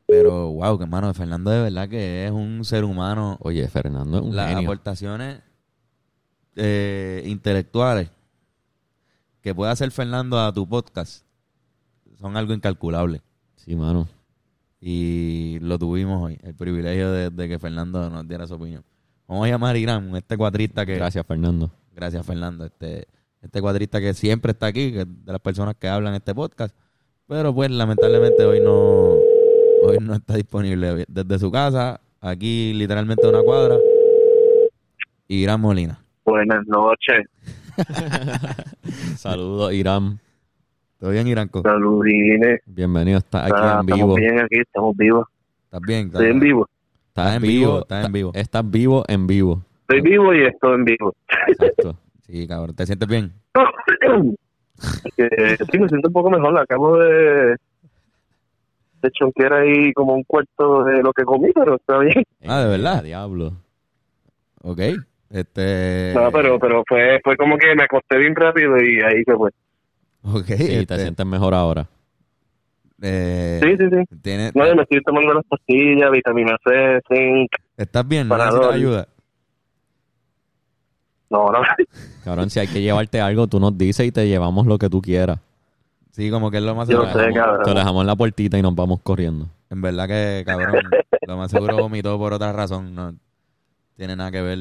[SPEAKER 2] Pero, wow, que hermano, Fernando de verdad que es un ser humano.
[SPEAKER 1] Oye, Fernando es un
[SPEAKER 2] Las
[SPEAKER 1] genio.
[SPEAKER 2] aportaciones eh, intelectuales que puede hacer Fernando a tu podcast son algo incalculable.
[SPEAKER 1] Sí, mano.
[SPEAKER 2] Y lo tuvimos hoy, el privilegio de, de que Fernando nos diera su opinión. Vamos a llamar a Irán, este cuatrista que...
[SPEAKER 1] Gracias, Fernando.
[SPEAKER 2] Gracias, Fernando. Este, este cuadrista que siempre está aquí, que es de las personas que hablan este podcast. Pero pues lamentablemente hoy no, hoy no está disponible desde su casa, aquí literalmente a una cuadra. Y Gran Molina.
[SPEAKER 3] Buenas noches.
[SPEAKER 1] Saludos, Irán.
[SPEAKER 2] ¿Todo bien, Iranco?
[SPEAKER 3] Saludines.
[SPEAKER 1] Bienvenido. Estás aquí
[SPEAKER 3] Ah,
[SPEAKER 1] en vivo.
[SPEAKER 3] Estamos bien aquí, estamos vivos.
[SPEAKER 2] ¿Estás bien? ¿Estás
[SPEAKER 3] Estoy en vivo.
[SPEAKER 1] Estás
[SPEAKER 2] en vivo, estás en vivo.
[SPEAKER 1] Estás vivo en vivo.
[SPEAKER 3] Estoy vivo y estoy en vivo.
[SPEAKER 1] Exacto.
[SPEAKER 2] Sí, cabrón. ¿Te sientes bien?
[SPEAKER 3] Eh, sí, me siento un poco mejor. Acabo de de chonquear ahí como un cuarto de lo que comí, pero está bien.
[SPEAKER 2] Ah, ¿de verdad?
[SPEAKER 1] Eh, Diablo.
[SPEAKER 2] Ok. Este...
[SPEAKER 3] No, pero pero fue fue como que me acosté bien rápido y ahí se fue.
[SPEAKER 2] Ok.
[SPEAKER 1] Sí,
[SPEAKER 2] este,
[SPEAKER 1] te sientes mejor ahora.
[SPEAKER 2] eh,
[SPEAKER 3] Sí, sí, sí.
[SPEAKER 2] tienes-
[SPEAKER 3] No, yo me estoy tomando las pastillas, vitamina C, zinc.
[SPEAKER 2] ¿Estás bien? ¿No
[SPEAKER 3] Para
[SPEAKER 2] necesitas
[SPEAKER 3] Dolly.
[SPEAKER 2] ayuda?
[SPEAKER 3] No, no.
[SPEAKER 1] Cabrón, si hay que llevarte algo, tú nos dices y te llevamos lo que tú quieras.
[SPEAKER 2] Sí, como que es lo más...
[SPEAKER 3] Yo
[SPEAKER 1] Te
[SPEAKER 3] sé,
[SPEAKER 1] dejamos-
[SPEAKER 3] cabrón.
[SPEAKER 1] Te lo dejamos en la puertita y nos vamos corriendo.
[SPEAKER 2] En verdad que, cabrón, lo más seguro vomitó por otra razón, no tiene nada que ver,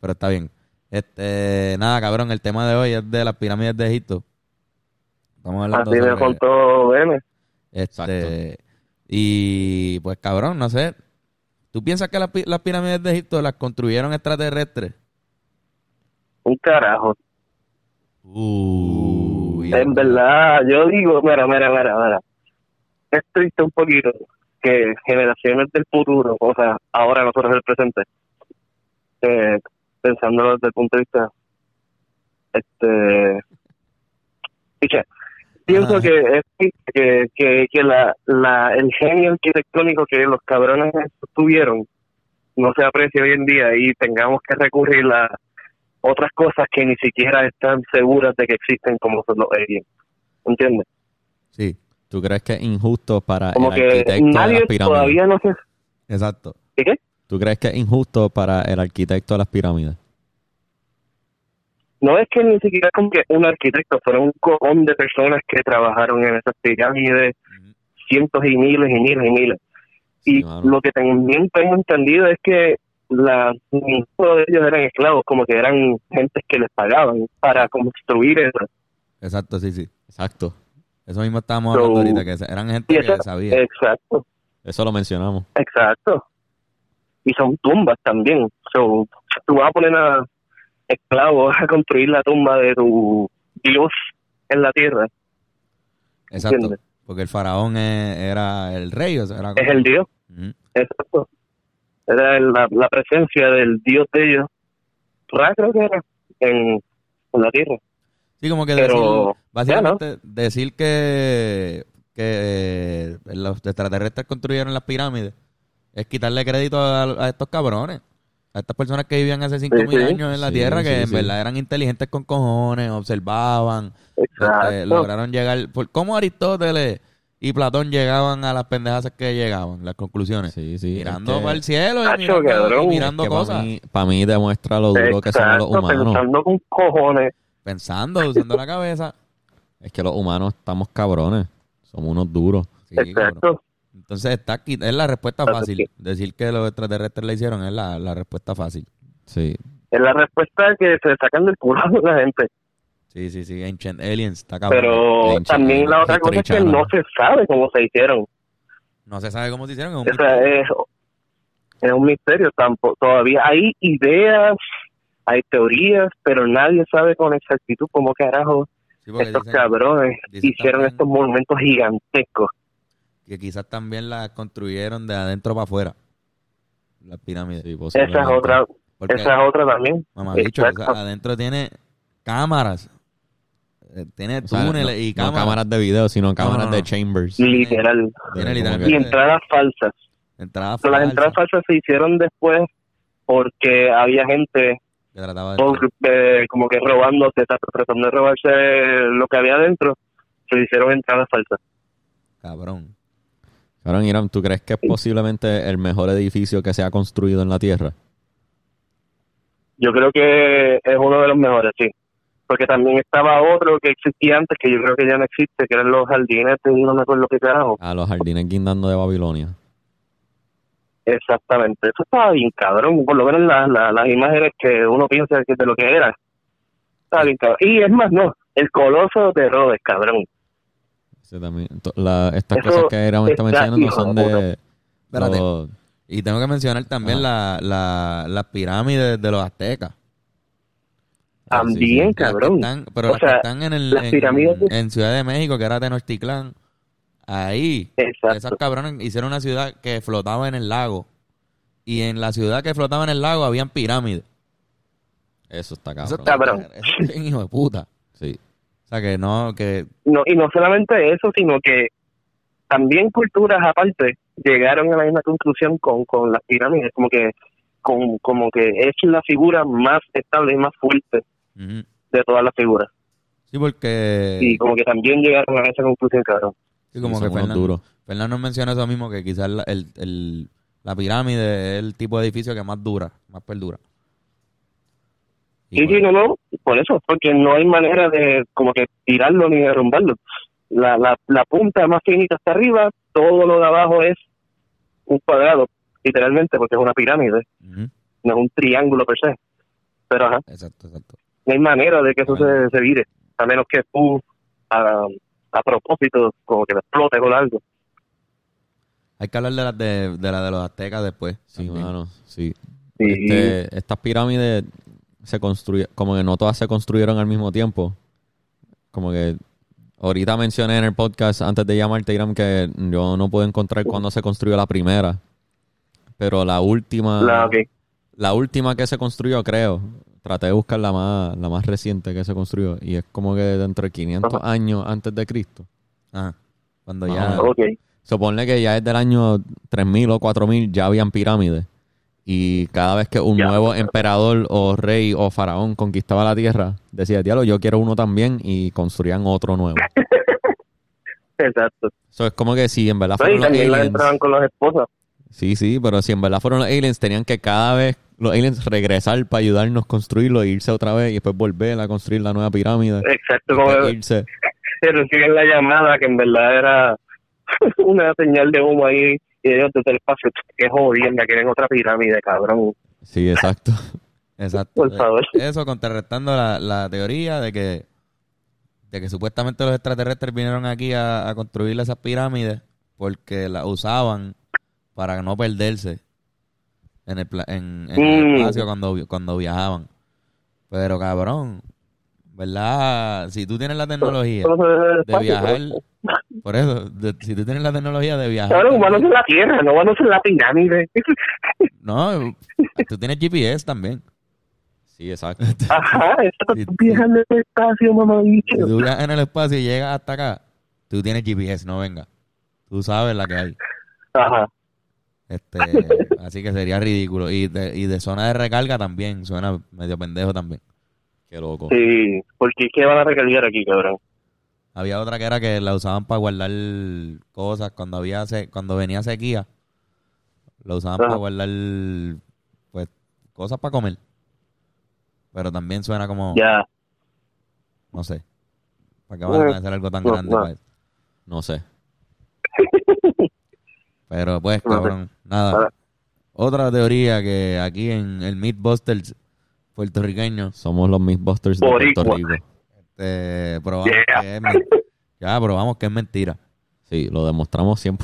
[SPEAKER 2] pero está bien. Este, nada, cabrón, el tema de hoy es de las pirámides de Egipto. Estamos hablando
[SPEAKER 3] Así me
[SPEAKER 2] sobre-
[SPEAKER 3] contó Vene.
[SPEAKER 2] este, y pues cabrón, no sé. ¿Tú piensas que las, pi- las pirámides de Egipto las construyeron extraterrestres?
[SPEAKER 3] Un carajo.
[SPEAKER 1] Uh,
[SPEAKER 2] Uy,
[SPEAKER 3] En verdad, yo digo, mira, mira, mira, mira. Es triste un poquito que generaciones del futuro, o sea, ahora nosotros el presente, eh, pensándolo desde el punto de vista, este, piche, pienso
[SPEAKER 2] Ajá.
[SPEAKER 3] que es triste que, que, que la, la, el genio arquitectónico que los cabrones tuvieron no se aprecia hoy en día y tengamos que recurrir a otras cosas que ni siquiera están seguras de que existen como son los aliens. ¿Entiendes?
[SPEAKER 2] Sí,
[SPEAKER 1] ¿Tú crees que es injusto para
[SPEAKER 3] Como
[SPEAKER 1] el
[SPEAKER 3] que
[SPEAKER 1] arquitecto de
[SPEAKER 3] nadie
[SPEAKER 1] las pirámides?
[SPEAKER 3] todavía no se...
[SPEAKER 2] exacto.
[SPEAKER 3] ¿Y ¿Qué?
[SPEAKER 1] ¿Tú crees que es injusto para el arquitecto de las pirámides?
[SPEAKER 3] No es que ni siquiera como que un arquitecto, fueron un cojón de personas que trabajaron en esas pirámides, cientos y miles y miles y miles.
[SPEAKER 1] Sí,
[SPEAKER 3] y
[SPEAKER 1] mano.
[SPEAKER 3] lo que también tengo entendido es que la, ninguno de ellos eran esclavos, como que eran gentes que les pagaban para construir eso.
[SPEAKER 2] Exacto, sí, sí.
[SPEAKER 1] Exacto.
[SPEAKER 2] Eso mismo estábamos
[SPEAKER 3] So-
[SPEAKER 2] hablando ahorita, que eran gente
[SPEAKER 3] Y
[SPEAKER 2] que
[SPEAKER 3] eso-
[SPEAKER 2] sabía.
[SPEAKER 3] Exacto,
[SPEAKER 1] Eso lo mencionamos.
[SPEAKER 3] exacto. y son tumbas también. So, tú vas a poner a esclavos a construir la tumba de tu dios en la tierra.
[SPEAKER 2] Exacto.
[SPEAKER 3] ¿Entiendes?
[SPEAKER 2] Porque el faraón eh, era el rey, o sea, era
[SPEAKER 3] Es el dios,
[SPEAKER 2] Ujú.
[SPEAKER 3] exacto. Era el- la, la presencia del dios de ellos. Ra creo que era en, en la tierra.
[SPEAKER 2] Sí, como que
[SPEAKER 3] Pero,
[SPEAKER 2] decir, básicamente decir que, que eh, los extraterrestres construyeron las pirámides es quitarle crédito a, a estos cabrones. A estas personas que vivían hace 5.000
[SPEAKER 3] sí.
[SPEAKER 2] años en la
[SPEAKER 1] Sí,
[SPEAKER 2] Tierra, que
[SPEAKER 1] sí,
[SPEAKER 2] en
[SPEAKER 1] sí.
[SPEAKER 2] verdad eran inteligentes con cojones, observaban,
[SPEAKER 3] Exacto.
[SPEAKER 2] este, lograron llegar... Por, ¿Cómo Aristóteles y Platón llegaban a las pendejas que llegaban, las conclusiones?
[SPEAKER 1] Sí, sí.
[SPEAKER 2] Mirando
[SPEAKER 1] es que-
[SPEAKER 2] para el cielo y
[SPEAKER 3] Tacho,
[SPEAKER 2] mirando,
[SPEAKER 3] cabrón.
[SPEAKER 2] y mirando
[SPEAKER 1] que
[SPEAKER 2] cosas,
[SPEAKER 1] Para mí, Este, pa' mí demuestra lo duro que somos los
[SPEAKER 3] Exacto,
[SPEAKER 1] humanos.
[SPEAKER 3] pensando con cojones.
[SPEAKER 2] pensando, usando la cabeza.
[SPEAKER 1] Es que los humanos estamos cabrones. Somos unos duros.
[SPEAKER 2] Sí, cabrón.
[SPEAKER 3] Exacto.
[SPEAKER 2] Entonces está aquí, es la respuesta
[SPEAKER 3] Claro,
[SPEAKER 2] fácil.
[SPEAKER 3] sí.
[SPEAKER 2] Decir que los extraterrestres le hicieron es la, la respuesta fácil.
[SPEAKER 1] Sí.
[SPEAKER 3] Es la respuesta que se sacan del culo a la gente.
[SPEAKER 2] Sí, sí, sí, Ancient Aliens, está
[SPEAKER 1] Ah,
[SPEAKER 2] cabrón.
[SPEAKER 3] Pero
[SPEAKER 1] Lynch,
[SPEAKER 3] también la otra
[SPEAKER 1] History
[SPEAKER 3] cosa es que
[SPEAKER 1] Channel.
[SPEAKER 3] no se sabe cómo se hicieron.
[SPEAKER 2] No se sabe cómo se hicieron. es un
[SPEAKER 3] O sea, es, es un misterio. Tampoco, todavía hay ideas, hay teorías, pero nadie sabe con exactitud cómo carajo
[SPEAKER 2] misterio. Sí, porque
[SPEAKER 3] estos
[SPEAKER 2] dicen
[SPEAKER 3] cabrones
[SPEAKER 2] dicen
[SPEAKER 3] hicieron
[SPEAKER 2] también-
[SPEAKER 3] estos monumentos gigantescos.
[SPEAKER 2] que quizás también las construyeron de adentro para afuera. Las pirámides.
[SPEAKER 1] sí
[SPEAKER 3] Esa es
[SPEAKER 1] posiblemente.
[SPEAKER 3] otra,
[SPEAKER 2] Porque,
[SPEAKER 3] esa es otra también.
[SPEAKER 2] mamá, bicho, o sea,
[SPEAKER 3] Exacto.
[SPEAKER 2] adentro tiene cámaras. eh, Tiene
[SPEAKER 1] O sea,
[SPEAKER 2] túneles
[SPEAKER 1] no-
[SPEAKER 2] y
[SPEAKER 1] no
[SPEAKER 2] cámaras.
[SPEAKER 1] cámaras de video, sino cámaras
[SPEAKER 2] no,
[SPEAKER 1] de
[SPEAKER 2] no.
[SPEAKER 1] chambers.
[SPEAKER 3] Literal.
[SPEAKER 2] Tiene
[SPEAKER 1] De-
[SPEAKER 2] literalmente-
[SPEAKER 3] Y entradas falsas.
[SPEAKER 2] Entradas
[SPEAKER 3] Pero Las
[SPEAKER 2] falsas
[SPEAKER 3] entradas falsas se hicieron después porque había gente
[SPEAKER 2] que trataba de
[SPEAKER 3] por- eh, como que robándose, tra- tratando de robarse lo que había adentro, se le hicieron entradas falsas.
[SPEAKER 2] Cabrón.
[SPEAKER 1] Cabrón, Iram, ¿tú crees que es posiblemente el mejor edificio que se ha construido en la Tierra?
[SPEAKER 3] Yo creo que es uno de los mejores, sí. Porque también estaba otro que existía antes, que yo creo que ya no existe, que eran los jardines, de- no me acuerdo qué carajo.
[SPEAKER 1] A los jardines guindando de Babilonia.
[SPEAKER 3] Exactamente, eso estaba bien cabrón, por lo menos la- la- las imágenes que uno piensa que de lo que era. Estaba bien cabrón. Y es más, no, el coloso de Rhodes, cabrón.
[SPEAKER 1] Ese también- to- la- estas
[SPEAKER 3] Eso
[SPEAKER 1] cosas que Iram está
[SPEAKER 3] está
[SPEAKER 1] mencionando
[SPEAKER 3] hijo
[SPEAKER 1] son
[SPEAKER 3] de
[SPEAKER 1] de...
[SPEAKER 2] Espérate.
[SPEAKER 1] los-
[SPEAKER 2] Y tengo que mencionar también la, la, las pirámides de los aztecas.
[SPEAKER 3] También,
[SPEAKER 1] sí,
[SPEAKER 2] Las que
[SPEAKER 3] cabrón.
[SPEAKER 2] están- pero
[SPEAKER 3] O
[SPEAKER 2] las que
[SPEAKER 3] sea,
[SPEAKER 2] están en, el-
[SPEAKER 3] las
[SPEAKER 2] en-
[SPEAKER 3] pirámides de-
[SPEAKER 2] en Ciudad de México, que era Tenochtitlán, ahí, esos
[SPEAKER 3] Exacto.
[SPEAKER 2] cabrones hicieron una ciudad que flotaba en el lago. Y en la ciudad que flotaba en el lago habían pirámides.
[SPEAKER 1] Eso está
[SPEAKER 2] Eso
[SPEAKER 1] cabrón.
[SPEAKER 2] está-
[SPEAKER 3] Cabrón.
[SPEAKER 2] eso es bien hijo de puta.
[SPEAKER 1] Sí.
[SPEAKER 2] O sea que no, que
[SPEAKER 3] no y no solamente eso sino que también culturas aparte llegaron a la misma conclusión con, con las pirámides como que con, como que es la figura más estable y más fuerte
[SPEAKER 2] ujú.
[SPEAKER 3] de todas las figuras
[SPEAKER 2] sí porque
[SPEAKER 3] y como que también llegaron a esa conclusión cabrón
[SPEAKER 2] sí, como
[SPEAKER 1] Sí,
[SPEAKER 2] que
[SPEAKER 1] son unos
[SPEAKER 2] Fernando,
[SPEAKER 1] duros.
[SPEAKER 2] Fernando menciona eso mismo que quizás la, el, el- la pirámide es el tipo de edificio que más dura, más perdura. Y
[SPEAKER 3] sí
[SPEAKER 2] pues-
[SPEAKER 3] sí no no por eso porque no hay manera de como que tirarlo ni derrumbarlo la, la, la punta más finita está arriba todo lo de abajo es un cuadrado literalmente porque es una pirámide
[SPEAKER 2] Ujú.
[SPEAKER 3] no es un triángulo per se pero ajá
[SPEAKER 2] Exacto, exacto.
[SPEAKER 3] no hay manera de que eso se, se vire, a menos que tú a, a propósito como que lo explotes o algo.
[SPEAKER 2] Hay que hablar de las de, de, la de los aztecas después.
[SPEAKER 1] Sí,
[SPEAKER 2] también.
[SPEAKER 1] mano, sí.
[SPEAKER 3] Y
[SPEAKER 1] Este, estas pirámides se construyeron, como que no todas se construyeron al mismo tiempo. Como que ahorita mencioné en el podcast antes de llamarte, Iram, que yo no puedo encontrar cuándo se construyó la primera. Pero la última,
[SPEAKER 3] la que
[SPEAKER 1] la última que se construyó, creo. Traté de buscar la más, la más reciente que se construyó. Y es como que dentro de 500 años antes de Cristo.
[SPEAKER 2] Ajá. Cuando
[SPEAKER 1] Más
[SPEAKER 2] ya.
[SPEAKER 1] o menos.
[SPEAKER 3] ok,
[SPEAKER 1] Supone que ya desde el año 3000 o 4000 ya habían pirámides. Y cada vez que un
[SPEAKER 3] Ya.
[SPEAKER 1] nuevo emperador o rey o faraón conquistaba la tierra, decía, diablo, yo quiero uno también y construían otro nuevo.
[SPEAKER 3] exacto.
[SPEAKER 1] Eso es como que si en verdad
[SPEAKER 3] No, y
[SPEAKER 1] fueron los
[SPEAKER 3] también la
[SPEAKER 1] aliens.
[SPEAKER 3] entraban con las esposas.
[SPEAKER 1] Sí, sí, pero si en verdad fueron los aliens, tenían que cada vez los aliens regresar para ayudarnos a construirlo, e irse otra vez y después volver a construir la nueva pirámide.
[SPEAKER 3] Exacto, como
[SPEAKER 1] después irse.
[SPEAKER 3] que reciben la llamada que en verdad era una señal de humo ahí y ellos desde el espacio, que jodienda, quieren otra pirámide, cabrón.
[SPEAKER 1] Sí, exacto.
[SPEAKER 2] Exacto.
[SPEAKER 3] Por favor.
[SPEAKER 2] Eso contrarrestando la, la teoría de que, de que supuestamente los extraterrestres vinieron aquí a, a construir esas pirámides porque las usaban para no perderse. en el, pla- en, en el
[SPEAKER 3] Mm.
[SPEAKER 2] espacio cuando, vi- cuando viajaban. Pero cabrón, ¿verdad? Si tú tienes la tecnología
[SPEAKER 3] Solo se ve del
[SPEAKER 2] de
[SPEAKER 3] espacio,
[SPEAKER 2] viajar,
[SPEAKER 3] pero-
[SPEAKER 2] por eso, de- si tú tienes la tecnología de viajar,
[SPEAKER 3] Cabrón, humanos en la Tierra, no humanos en la pirámide.
[SPEAKER 2] no, tú tienes GPS también.
[SPEAKER 1] Sí, exacto.
[SPEAKER 3] Ajá, estás
[SPEAKER 2] Sí, sí.
[SPEAKER 3] viajando en el espacio, mamá.
[SPEAKER 2] Si tú viajas en el espacio y llegas hasta acá, tú tienes GPS, no venga. Tú sabes la que hay.
[SPEAKER 3] Ajá.
[SPEAKER 2] Este, así que sería ridículo. Y de, y de zona de recarga también, suena medio pendejo también.
[SPEAKER 1] Qué loco.
[SPEAKER 3] Sí, porque es que van a recargar aquí, cabrón.
[SPEAKER 2] Había otra que era que la usaban para guardar cosas cuando había se- cuando venía sequía. La usaban
[SPEAKER 3] Ajá.
[SPEAKER 2] para guardar pues cosas para comer. Pero también suena como
[SPEAKER 3] Ya.
[SPEAKER 2] no sé. ¿Para qué van a
[SPEAKER 3] Bueno,
[SPEAKER 2] hacer algo tan
[SPEAKER 3] no,
[SPEAKER 2] grande pues?
[SPEAKER 3] no.
[SPEAKER 2] para eso?
[SPEAKER 1] No sé.
[SPEAKER 2] Pero pues,
[SPEAKER 3] No sé. Ah.
[SPEAKER 2] cabrón, nada.
[SPEAKER 3] Nada.
[SPEAKER 2] Otra teoría que aquí en el Meatbusters puertorriqueño
[SPEAKER 1] Somos los Mythbusters de
[SPEAKER 3] Boricua.
[SPEAKER 1] Puerto Rico.
[SPEAKER 2] Este, probamos que es men- ya, probamos que es mentira.
[SPEAKER 1] Sí, lo demostramos 100%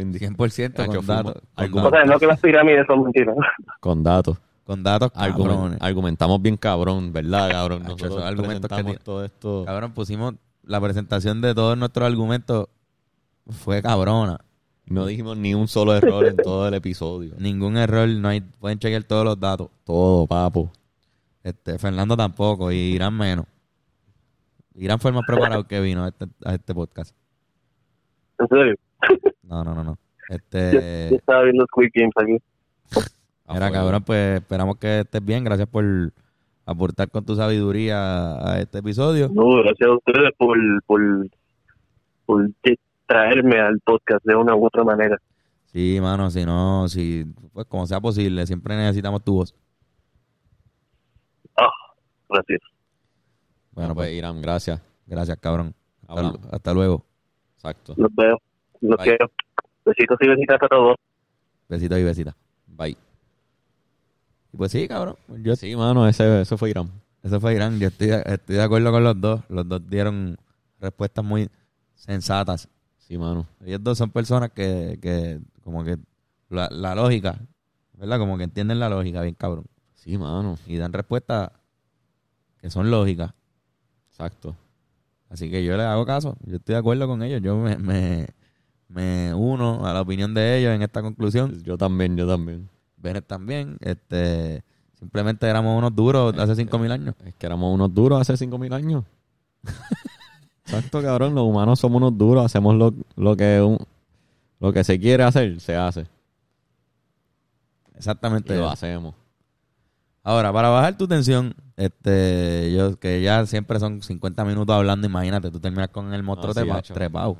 [SPEAKER 1] indi-
[SPEAKER 2] 100%
[SPEAKER 1] Cacho,
[SPEAKER 2] con
[SPEAKER 1] fuimos-
[SPEAKER 2] datos, con
[SPEAKER 1] algún-
[SPEAKER 3] O
[SPEAKER 2] datos,
[SPEAKER 3] sea, no que las pirámides son mentiras.
[SPEAKER 1] con datos.
[SPEAKER 2] con datos
[SPEAKER 1] Argumen-
[SPEAKER 2] cabrones.
[SPEAKER 1] argumentamos bien cabrón, ¿verdad, cabrón?
[SPEAKER 2] Cacho,
[SPEAKER 1] Nosotros
[SPEAKER 2] esos argumentos que
[SPEAKER 1] presentamos
[SPEAKER 2] tiene-
[SPEAKER 1] todo esto.
[SPEAKER 2] Cabrón, pusimos la presentación de todos nuestros argumentos fue cabrona.
[SPEAKER 1] No dijimos ni un solo error en todo el episodio.
[SPEAKER 2] Ningún error, no hay pueden chequear todos los datos.
[SPEAKER 1] Todo, papo.
[SPEAKER 2] Este, Fernando tampoco y Irán menos. Irán fue el más preparado que vino a este, a este podcast.
[SPEAKER 3] En serio,
[SPEAKER 2] No, no, no, no.
[SPEAKER 3] yo
[SPEAKER 2] Este,
[SPEAKER 3] estaba viendo Squid Games aquí.
[SPEAKER 2] Mira, cabrón, pues esperamos que estés bien. Gracias por aportar con tu sabiduría a este episodio.
[SPEAKER 3] No, gracias a ustedes por, por, por de- traerme al podcast de una u otra manera.
[SPEAKER 2] Sí, mano, si no, si, pues como sea posible, siempre necesitamos tu voz.
[SPEAKER 3] Ah, gracias.
[SPEAKER 2] Bueno, pues
[SPEAKER 1] Irán, gracias.
[SPEAKER 2] gracias, cabrón. Hasta,
[SPEAKER 1] Hablamos.
[SPEAKER 2] hasta luego.
[SPEAKER 1] Exacto.
[SPEAKER 3] Los veo. Los
[SPEAKER 1] Bye.
[SPEAKER 3] quiero. Besitos y besitas a todos.
[SPEAKER 2] Besitos y besitas.
[SPEAKER 1] Bye.
[SPEAKER 2] Y pues sí, cabrón. Yo,
[SPEAKER 1] Sí, mano, ese, ese fue Irán.
[SPEAKER 2] Eso fue Irán. Yo estoy, estoy de acuerdo con los dos. Los dos dieron respuestas muy sensatas.
[SPEAKER 1] Sí, mano.
[SPEAKER 2] Ellos dos son personas que, que como que la, la lógica, ¿verdad? Como que entienden la lógica bien, cabrón.
[SPEAKER 1] Sí, mano.
[SPEAKER 2] Y dan respuestas que son lógicas.
[SPEAKER 1] Exacto.
[SPEAKER 2] Así que yo les hago caso. Yo estoy de acuerdo con ellos. Yo me, me, me uno a la opinión de ellos en esta conclusión.
[SPEAKER 1] Yo también, yo también.
[SPEAKER 2] Bennett también. Este, simplemente éramos unos duros hace 5.000 años.
[SPEAKER 1] Es que éramos unos duros hace 5.000 años. Exacto, cabrón. Los humanos somos unos duros. Hacemos lo, lo que un- lo que se quiere hacer, se hace. Y
[SPEAKER 2] Exactamente.
[SPEAKER 1] lo
[SPEAKER 2] eso.
[SPEAKER 1] hacemos.
[SPEAKER 2] Ahora, para bajar tu tensión, este, yo que ya siempre son 50 minutos hablando, imagínate, tú terminas con el monstruo
[SPEAKER 1] Ah, sí,
[SPEAKER 2] trepa-
[SPEAKER 1] hacho.
[SPEAKER 2] trepado.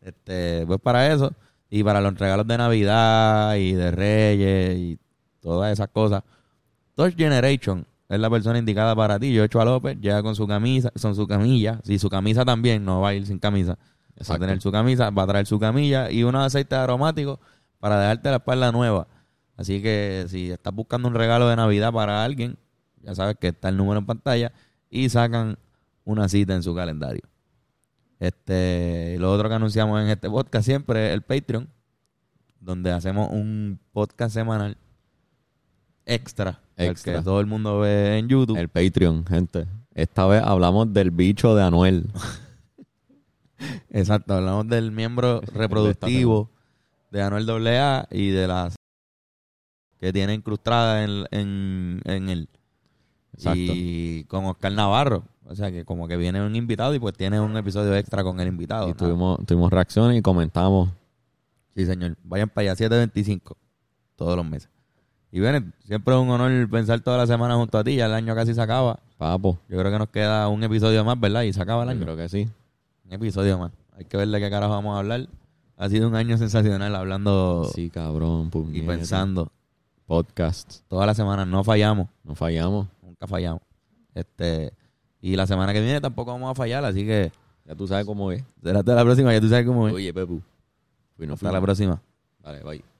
[SPEAKER 2] Este, pues para eso, y para los regalos de Navidad y de Reyes y todas esas cosas. Touch Generation es la persona indicada para ti. Yo a López llega con su camisa, son su camilla, si su camisa también, no va a ir sin camisa. Va a
[SPEAKER 1] Exacto.
[SPEAKER 2] tener su camisa, va a traer su camilla y unos aceites aromáticos para dejarte la espalda nueva. Así que si estás buscando un regalo de Navidad para alguien, ya sabes que está el número en pantalla y sacan una cita en su calendario. Este, y lo otro que anunciamos en este podcast siempre es el Patreon, donde hacemos un podcast semanal extra, el
[SPEAKER 1] Extra.
[SPEAKER 2] que todo el mundo ve en YouTube.
[SPEAKER 1] El Patreon, gente. Esta vez hablamos del bicho de Anuel.
[SPEAKER 2] Exacto, hablamos del miembro reproductivo de Anuel AA y de las que tiene incrustada en, en, en él.
[SPEAKER 1] Exacto.
[SPEAKER 2] Y con Oscar Navarro. O sea que como que viene un invitado y pues tiene un episodio extra con el invitado.
[SPEAKER 1] Y
[SPEAKER 2] Nada.
[SPEAKER 1] tuvimos, tuvimos reacciones y comentamos.
[SPEAKER 2] Sí, señor. Vayan para allá 725 todos los meses. Y bueno, siempre es un honor pensar toda la semana junto a ti. Ya el año casi se acaba.
[SPEAKER 1] Papo.
[SPEAKER 2] Yo creo que nos queda un episodio más, ¿verdad? Y se acaba el
[SPEAKER 1] yo
[SPEAKER 2] año.
[SPEAKER 1] Creo que sí.
[SPEAKER 2] Un episodio más. Hay que ver de qué carajo vamos a hablar. Ha sido un año sensacional hablando
[SPEAKER 1] Sí, cabrón.
[SPEAKER 2] Oh. y
[SPEAKER 1] puñeta.
[SPEAKER 2] pensando.
[SPEAKER 1] Podcast.
[SPEAKER 2] Todas las semanas no fallamos.
[SPEAKER 1] No fallamos.
[SPEAKER 2] Nunca fallamos. Este, y la semana que viene tampoco vamos a fallar, así que
[SPEAKER 1] Ya tú sabes cómo es.
[SPEAKER 2] será hasta la próxima. Ya tú sabes cómo es.
[SPEAKER 1] Oye, Pepu. Fui, no
[SPEAKER 2] Hasta
[SPEAKER 1] fui.
[SPEAKER 2] la próxima.
[SPEAKER 1] Dale, bye.